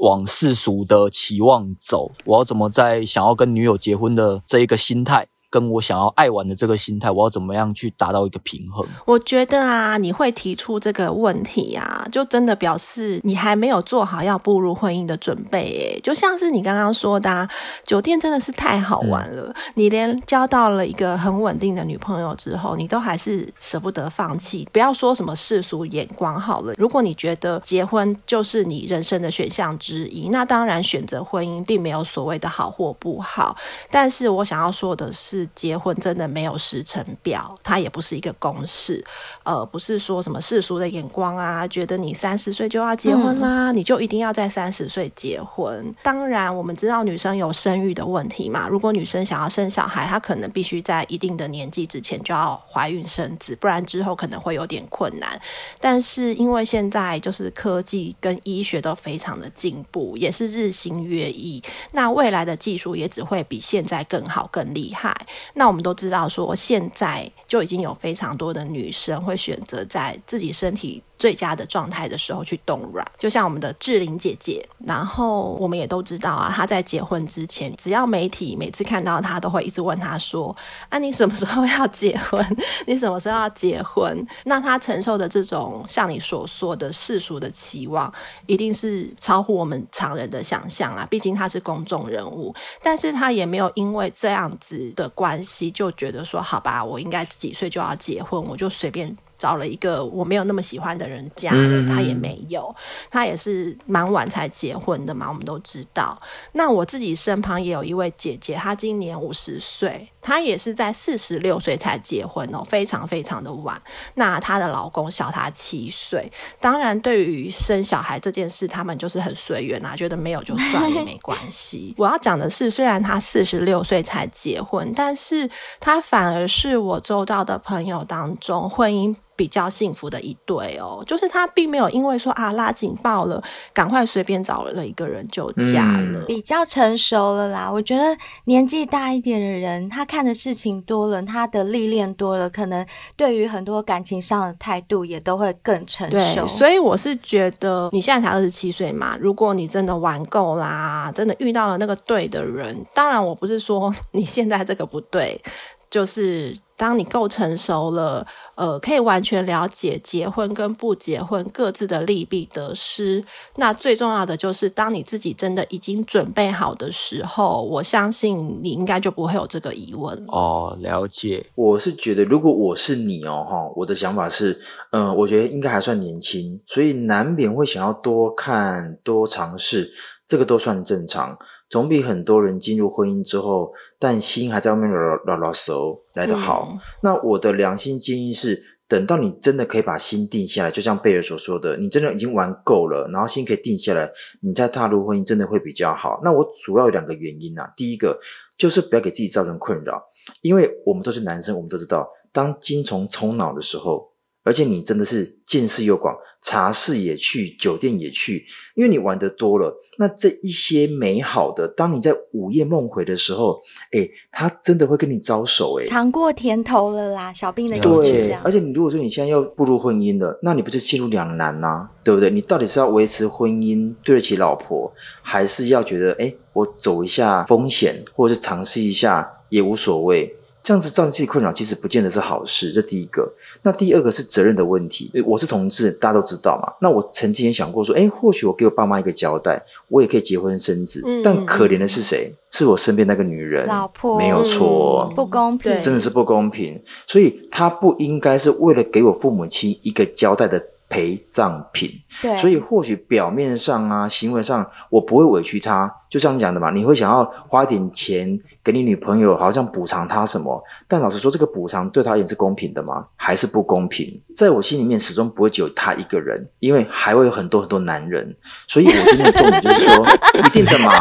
E: 往世俗的期望走，我要怎么在想要跟女友结婚的这一个心态，跟我想要爱玩的这个心态，我要怎么样去达到一个平衡？
D: 我觉得啊，你会提出这个问题啊，就真的表示你还没有做好要步入婚姻的准备诶。就像是你刚刚说的、啊，酒店真的是太好玩了，你连交到了一个很稳定的女朋友之后，你都还是舍不得放弃。不要说什么世俗眼光好了，如果你觉得结婚就是你人生的选项之一，那当然选择婚姻并没有所谓的好或不好。但是我想要说的是，结婚真的没有时程表，它也不是一个公式，呃，不是说什么世俗的眼光啊，觉得你三十岁就要结婚啦，你就一定要在三十岁结婚。当然，我们知道女生有生育的问题嘛，如果女生想要生小孩，她可能必须在一定的年纪之前就要怀孕生子，不然之后可能会有点困难。但是因为现在就是科技跟医学都非常的进步，也是日新月异，那未来的技术也只会比现在更好、更厉害。那我们都知道说，现在就已经有非常多的女生会选择在自己身体最佳的状态的时候去冻卵，就像我们的志玲姐姐。然后我们也都知道啊，她在结婚之前，只要媒体每次看到她，都会一直问她说：“啊，你什么时候要结婚？你什么时候要结婚？”那她承受的这种像你所说的世俗的期望，一定是超乎我们常人的想象啦。 毕竟他是公众人物，但是他也没有因为这样子的关系就觉得说，好吧，我应该几岁就要结婚，我就随便找了一个我没有那么喜欢的人嫁
C: 嗯嗯
D: 了，
C: 嗯
D: 他也没有，他也是蛮晚才结婚的嘛，我们都知道。那我自己身旁也有一位姐姐，她今年五十岁，她也是在四十六岁才结婚哦，非常非常的晚。那她的老公小她七岁，当然对于生小孩这件事，他们就是很随缘啊，觉得没有就算了，没关系。我要讲的是，虽然她四十六岁才结婚，但是她反而是我周遭的朋友当中婚姻。比较幸福的一对哦，就是她并没有因为说啊拉警报了，赶快随便找了一个人就嫁
C: 嗯
D: 了，
B: 比较成熟了啦。我觉得年纪大一点的人，他看的事情多了，他的历练多了，可能对于很多感情上的态度也都会更成
D: 对，
B: 熟。
D: 所以我是觉得你现在才二十七岁嘛，如果你真的玩够啦，真的遇到了那个对的人，当然我不是说 你现在这个不对，就是当你够成熟了，呃，可以完全了解结婚跟不结婚各自的利弊得失。那最重要的就是，当你自己真的已经准备好的时候，我相信你应该就不会有这个疑问了。
E: 哦，了解。
C: 我是觉得，如果我是你哦，哈，我的想法是，嗯、我觉得应该还算年轻，所以难免会想要多看、多尝试，这个都算正常，总比很多人进入婚姻之后，但心还在外面老老老手来得好。
D: 嗯
C: 那我的良心建议是，等到你真的可以把心定下来，就像贝尔所说的，你真的已经玩够了，然后心可以定下来，你再踏入婚姻真的会比较好。那我主要有两个原因啊，第一个就是不要给自己造成困扰。因为我们都是男生，我们都知道，当精虫冲脑的时候，而且你真的是见识又广，茶室也去，酒店也去，因为你玩的多了，那这一些美好的，当你在午夜梦回的时候，哎，他真的会跟你招手，哎。
B: 尝过甜头了啦，小兵的意思是这
C: 对，
B: 样
C: 而。且你如果说你现在要步入婚姻了，那你不就陷入两难呐、对不对？你到底是要维持婚姻对得起老婆，还是要觉得哎，诶我走一下风险，或者是尝试一下也无所谓？这样子造成自己困扰，其实不见得是好事。这第一个，那第二个是责任的问题。呃我是同志，大家都知道嘛。那我曾经也想过说，哎，或许我给我爸妈一个交代，我也可以结婚生子。
D: 嗯
C: 但可怜的是谁？是我身边那个女人，
B: 老婆
C: 没有错。
D: 嗯
B: 不公平
D: 对，
C: 真的是不公平，所以他不应该是为了给我父母亲一个交代的陪葬品。
B: 对，
C: 所以或许表面上啊，行为上我不会委屈他，就像你讲的嘛，你会想要花一点钱给你女朋友，好像补偿她什么。但老实说，这个补偿对她而言是公平的吗？还是不公平？在我心里面始终不会只有她一个人，因为还会有很多很多男人。所以我今天的重点就是说，一定 的嘛，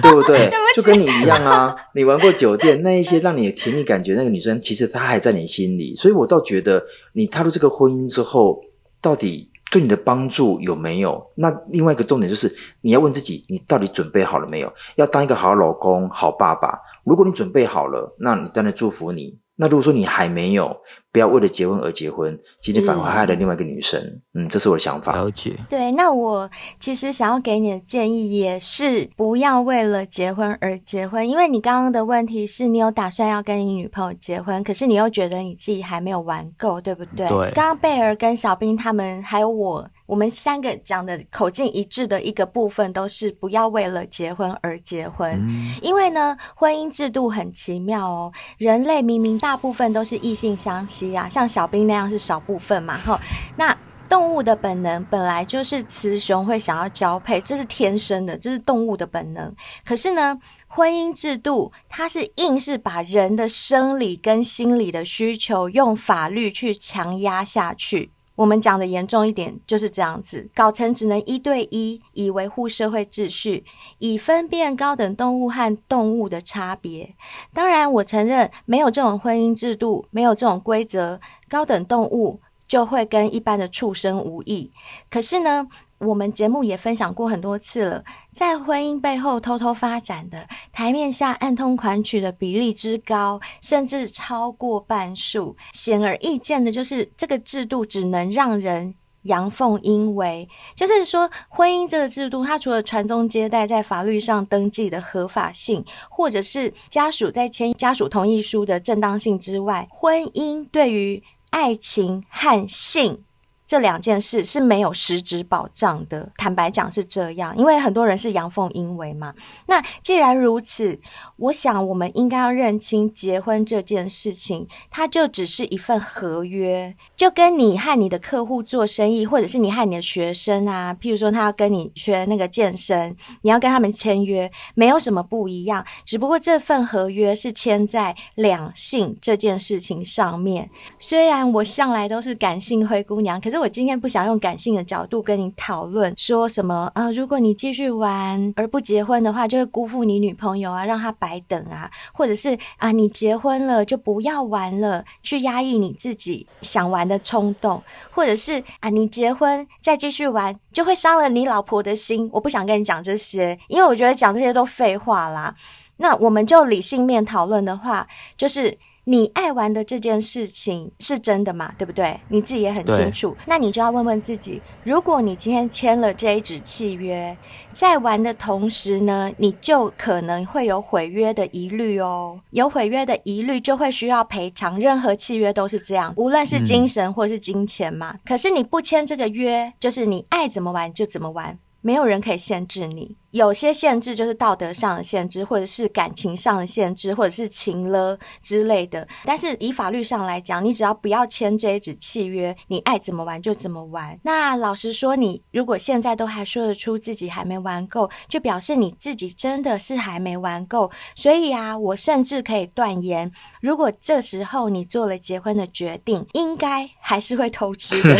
C: 对不对？就跟你一样啊，你玩过酒店那一些让你有甜蜜感觉那个女生，其实她还在你心里。所以我倒觉得，你踏入这个婚姻之后，到底对你的帮助有没有？那另外一个重点就是，你要问自己，你到底准备好了没有？要当一个好老公、好爸爸。如果你准备好了，那你当然祝福你。那如果说你还没有，不要为了结婚而结婚，今天反而害了另外一个女生。嗯这是我的想法。
E: 了解，
B: 对，那我其实想要给你的建议也是不要为了结婚而结婚，因为你刚刚的问题是你有打算要跟你女朋友结婚，可是你又觉得你自己还没有玩够，对不对？
E: 对
B: 刚刚贝尔跟小兵他们还有我。我们三个讲的口径一致的一个部分都是不要为了结婚而结婚，因为呢，婚姻制度很奇妙哦。人类明明大部分都是异性相吸啊，像小兵那样是少部分嘛，哈。那动物的本能本来就是雌雄会想要交配，这是天生的，这是动物的本能。可是呢，婚姻制度它是硬是把人的生理跟心理的需求用法律去强压下去。我们讲的严重一点就是这样子，搞成只能一对一，以维护社会秩序，以分辨高等动物和动物的差别。当然，我承认没有这种婚姻制度，没有这种规则，高等动物就会跟一般的畜生无异。可是呢，我们节目也分享过很多次了，在婚姻背后偷偷发展的、台面下暗通款曲的比例之高，甚至超过半数，显而易见的就是这个制度只能让人。阳奉阴违，就是说，婚姻这个制度，它除了传宗接代在法律上登记的合法性，或者是家属在签家属同意书的正当性之外，婚姻对于爱情和性这两件事是没有实质保障的。坦白讲是这样，因为很多人是阳奉阴违嘛。那既然如此，我想我们应该要认清结婚这件事情，它就只是一份合约，就跟你和你的客户做生意，或者是你和你的学生啊，譬如说他要跟你学那个健身，你要跟他们签约，没有什么不一样，只不过这份合约是签在两性这件事情上面。虽然我向来都是感性灰姑娘，可是我今天不想用感性的角度跟你讨论说什么啊、如果你继续玩而不结婚的话，就会辜负你女朋友啊，让她白等啊，或者是啊，你结婚了就不要玩了，去压抑你自己想玩的冲动，或者是啊，你结婚再继续玩就会伤了你老婆的心。我不想跟你讲这些，因为我觉得讲这些都废话啦。那我们就理性面讨论的话，就是你爱玩的这件事情是真的嘛，对不对？你自己也很
E: 对
B: 清楚，那你就要问问自己，如果你今天签了这一纸契约，在玩的同时呢，你就可能会有毁约的疑虑哦。有毁约的疑虑就会需要赔偿，任何契约都是这样，无论是精神或是金钱嘛。可是你不签这个约，就是你爱怎么玩就怎么玩。没有人可以限制你，有些限制就是道德上的限制，或者是感情上的限制，或者是情了之类的。但是以法律上来讲，你只要不要签这一纸契约，你爱怎么玩就怎么玩。那老实说，你如果现在都还说得出自己还没玩够，就表示你自己真的是还没玩够。所以啊，我甚至可以断言，如果这时候你做了结婚的决定，应该还是会偷吃的。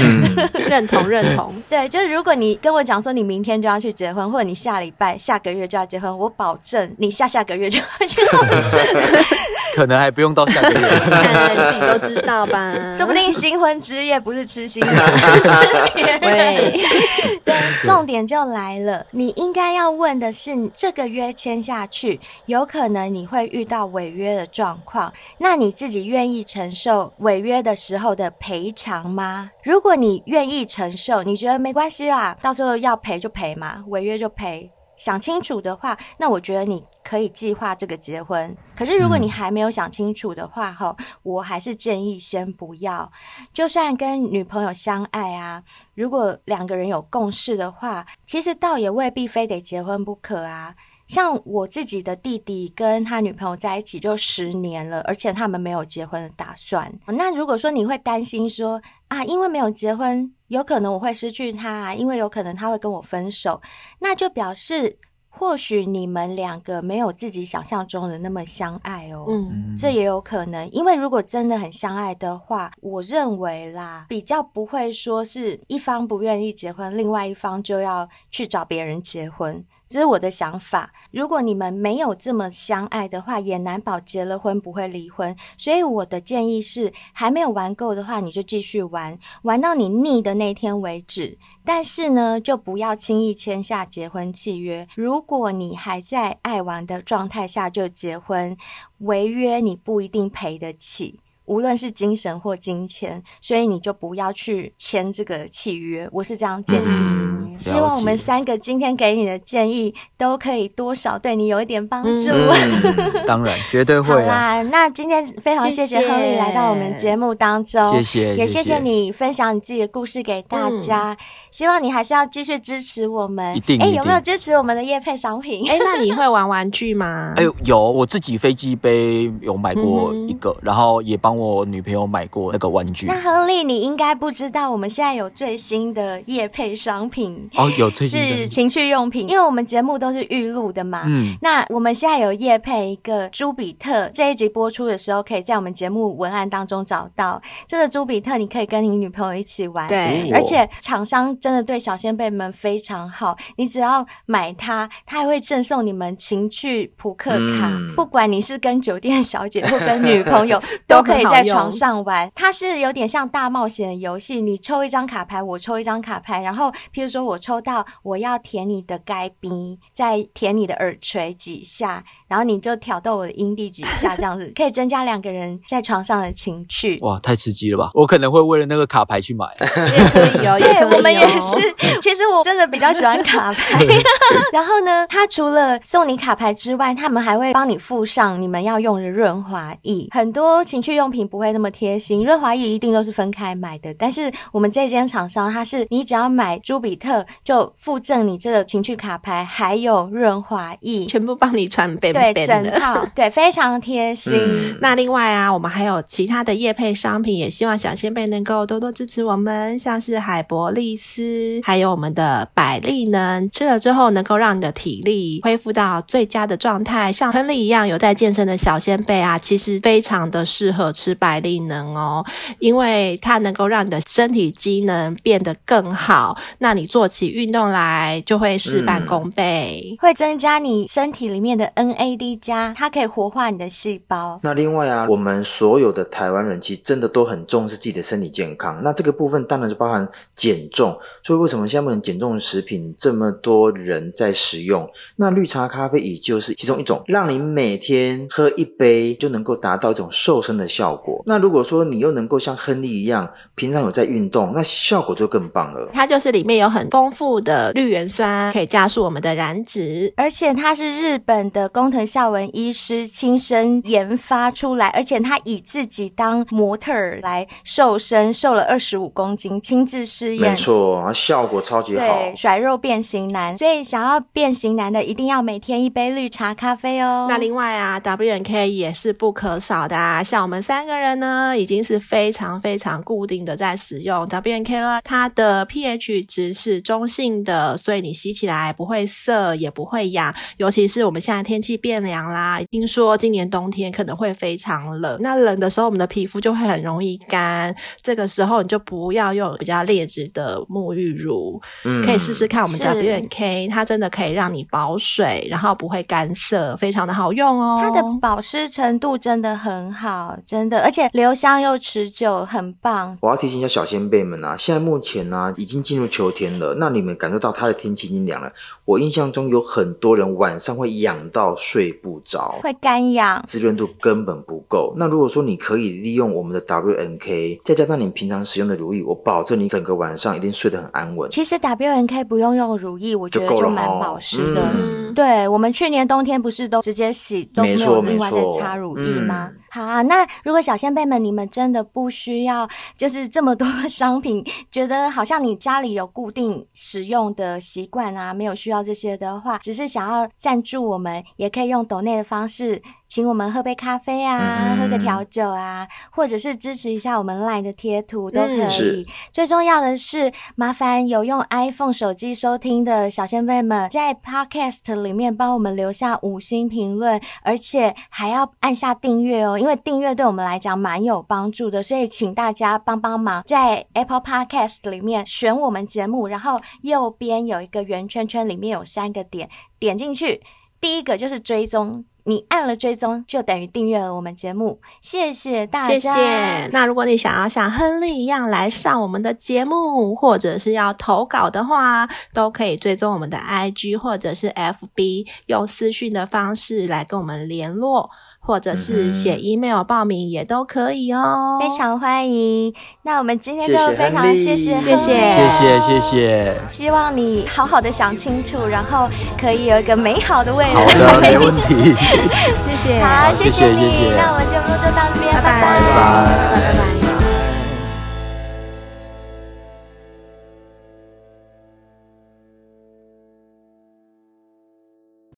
D: 认同认同，
B: 对，就是如果你跟我讲说你明天就要去结婚，或者你下礼拜、下个月就要结婚，我保证你下下个月就要去投资，
E: 可能还不用到下个 月。
D: 看自己都知道吧？
B: 说不定新婚之夜不是吃新郎，是别人。
D: 喂，
B: 对，重点就来了，你应该要问的是，这个约签下去，有可能你会遇到违约的状况，那你自己愿意承受违约的时候的赔偿吗？如果你愿意承受，你觉得没关系啦，到时候要赔就赔嘛，违约就赔。想清楚的话，那我觉得你可以计划这个结婚。可是如果你还没有想清楚的话，哈、我还是建议先不要。就算跟女朋友相爱啊，如果两个人有共识的话，其实倒也未必非得结婚不可啊。像我自己的弟弟跟他女朋友在一起就十年了，而且他们没有结婚的打算。那如果说你会担心说啊，因为没有结婚，有可能我会失去他、啊，因为有可能他会跟我分手，那就表示或许你们两个没有自己想象中的那么相爱哦。
D: 嗯，
B: 这也有可能，因为如果真的很相爱的话，我认为啦，比较不会说是一方不愿意结婚，另外一方就要去找别人结婚。这是我的想法。如果你们没有这么相爱的话，也难保结了婚不会离婚。所以我的建议是，还没有玩够的话，你就继续玩，玩到你腻的那天为止。但是呢，就不要轻易签下结婚契约。如果你还在爱玩的状态下就结婚，违约你不一定赔得起，无论是精神或金钱，所以你就不要去签这个契约。我是这样建议。
E: 嗯，
B: 希望我们
E: 了解
B: 三个今天给你的建议都可以多少对你有一点帮助。
E: 嗯当然绝 对
B: 好
E: 会啊。
B: 啦，那今天非常谢谢
D: 谢谢
B: 亨利来到我们节目当中，
E: 谢谢
B: 也谢
E: 谢谢
B: 谢你分享你自己的故事给大家。希望你还是要继续支持我们，
E: 一定
B: 哎，
E: 一定嗯
B: 有没有支持我们的叶配商品？
D: 哎，那你会玩玩具吗？
E: 哎，有我自己飞机杯有买
B: 嗯
E: 过一个，然后也帮我女朋友买过那个玩具。
B: 那亨利，你应该不知道，我们现在有最新的叶配商品。
E: 哦，有最近
B: 是
E: 的
B: 情趣用品，因为我们节目都是预录的嘛。
E: 嗯
B: 那我们现在有夜配一个朱比特，这一集播出的时候，可以在我们节目文案当中找到。这个朱比特，你可以跟你女朋友一起玩。
D: 对
E: 哦
B: 而且厂商真的对小先辈们非常好，你只要买它，它还会赠送你们情趣扑克卡，
C: 嗯
B: 不管你是跟酒店小姐或跟女朋友，都可以在床上玩。它是有点像大冒险的游戏，你抽一张卡牌，我抽一张卡牌，然后譬如说我抽到我要舔你的该逼，再舔你的耳垂几下。然后你就挑逗我的阴蒂几下，这样子可以增加两个人在床上的情趣。
E: 哇，太刺激了吧！我可能会为了那个卡牌去买。
D: 也可以哦，也
B: 对
D: 可以、哦，嗯
B: 我们也是。其实我真的比较喜欢卡牌。 然后呢，他除了送你卡牌之外，他们还会帮你附上你们要用的润滑液。很多情趣用品不会那么贴心，润滑液一定都是分开买的。但是我们这间厂商，它是你只要买朱比特，就附赠你这个情趣卡牌，还有润滑液。
D: 全部帮你穿背
B: 对
D: 背，
B: 整
D: 的。
B: 套对非常贴心。
C: 嗯
D: 那另外啊，我们还有其他的叶配商品，也希望小仙贝能够多多支持我们，像是海博利斯，还有我们的百利能，吃了之后能够让你的体力恢复到最佳的状态。像亨利一样有在健身的小仙贝啊，其实非常的适合吃百利能哦，因为它能够让你的身体机能变得更好，那你做起运动来就会事半
C: 嗯
D: 功倍。
B: 会增加你身体里面的 NAD 加，它可以活化你的细胞。
C: 那另外啊，我们所有的台湾人其实真的都很重视自己的身体健康。那这个部分当然是包含减重，所以为什么现在减重食品这么多人在食用？那绿茶咖啡也就是其中一种，让你每天喝一杯就能够达到一种瘦身的效果。那如果说你又能够像亨利一样，平常有在运动，那效果就更棒了。
D: 它就是里面有很丰富的绿原酸，可以加速我们的燃脂。
B: 而且它是日本的工藤孝文医师亲身研发出来，而且他以自己当模特儿来瘦身，瘦了二十五公斤，亲自试验
C: 没。错，啊效果超级好
B: 对，。甩肉变形男，所以想要变形男的，一定要每天一杯绿茶咖啡哦。
D: 那另外啊，W N K 也是不可少的啊。像我们三个人呢，已经是非常非常固定的在使用 W N K 了。它的 pH 值是中性的，所以你吸起来不会涩，也不会痒。尤其是我们现在天气变凉啦，听说今年冬天可能会非常冷。那冷的时候，我们的皮肤就会很容易干。这个时候你就不要用比较劣质的沐浴乳，
C: 嗯
D: 可以试试看我们
B: 是
D: W N K，它真的可以让你保水，然后不会干涩，非常的好用哦。
B: 它的保湿程度真的很好，真的，而且留香又持久，很棒。
C: 我要提醒一下小先辈们啊，现在目前呢、已经进入秋天了，那你们感受到它的天气已经凉了。我印象中有很多人晚上会痒到睡不着，
B: 会干痒，
C: 滋润度根本不够。那如果说你可以利用我们的 WNK，再加上你平常使用的如意，我保证你整个晚上一定睡得很安稳。
B: 其实 WNK 不用用乳液，我觉得
C: 就够
B: 就
C: 了
B: 蛮
C: 哦
B: 保湿的。
D: 嗯，
B: 对，我们去年冬天不是都直接洗，都没
C: 没
B: 有
C: 错
B: 另外再
C: 没错嗯
B: 擦乳液吗？好啊，那如果小先辈们，你们真的不需要，就是这么多的商品，觉得好像你家里有固定使用的习惯啊，没有需要这些的话，只是想要赞助我们，也可以用抖内的方式。请我们喝杯咖啡啊，
C: 嗯
B: 喝个调酒啊，或者是支持一下我们 LINE 的贴图都可
D: 嗯
B: 以。
C: 是
B: 最重要的是，麻烦有用 iPhone 手机收听的小先辈们，在 Podcast 里面帮我们留下五星评论，而且还要按下订阅哦，因为订阅对我们来讲蛮有帮助的，所以请大家帮帮忙，在 Apple Podcast 里面选我们节目，然后右边有一个圆圈圈，里面有三个点，点进去，第一个就是追踪。你按了追踪，就等于订阅了我们节目。谢嗯谢大家，
D: 谢谢。那如果你想要像亨利一样来上我们的节目，或者是要投稿的话，都可以追踪我们的 IG 或者是 FB，用私讯的方式来跟我们联络，或者是写 email 报名也都可以哦。
B: 非常欢迎。那我们今天就
C: 谢谢
B: 非常
C: 亨利
B: 谢谢亨利，
D: 谢谢
E: 谢谢谢谢，
B: 希望你好好的想清楚，然后可以有一个美好的未来。
E: 好的，没问题，
D: 谢谢，
B: 好，谢
E: 谢谢
B: 你。
E: 谢谢
B: 那我们节目就到这边，
D: 拜拜
B: 拜
E: 拜拜。
D: 拜拜。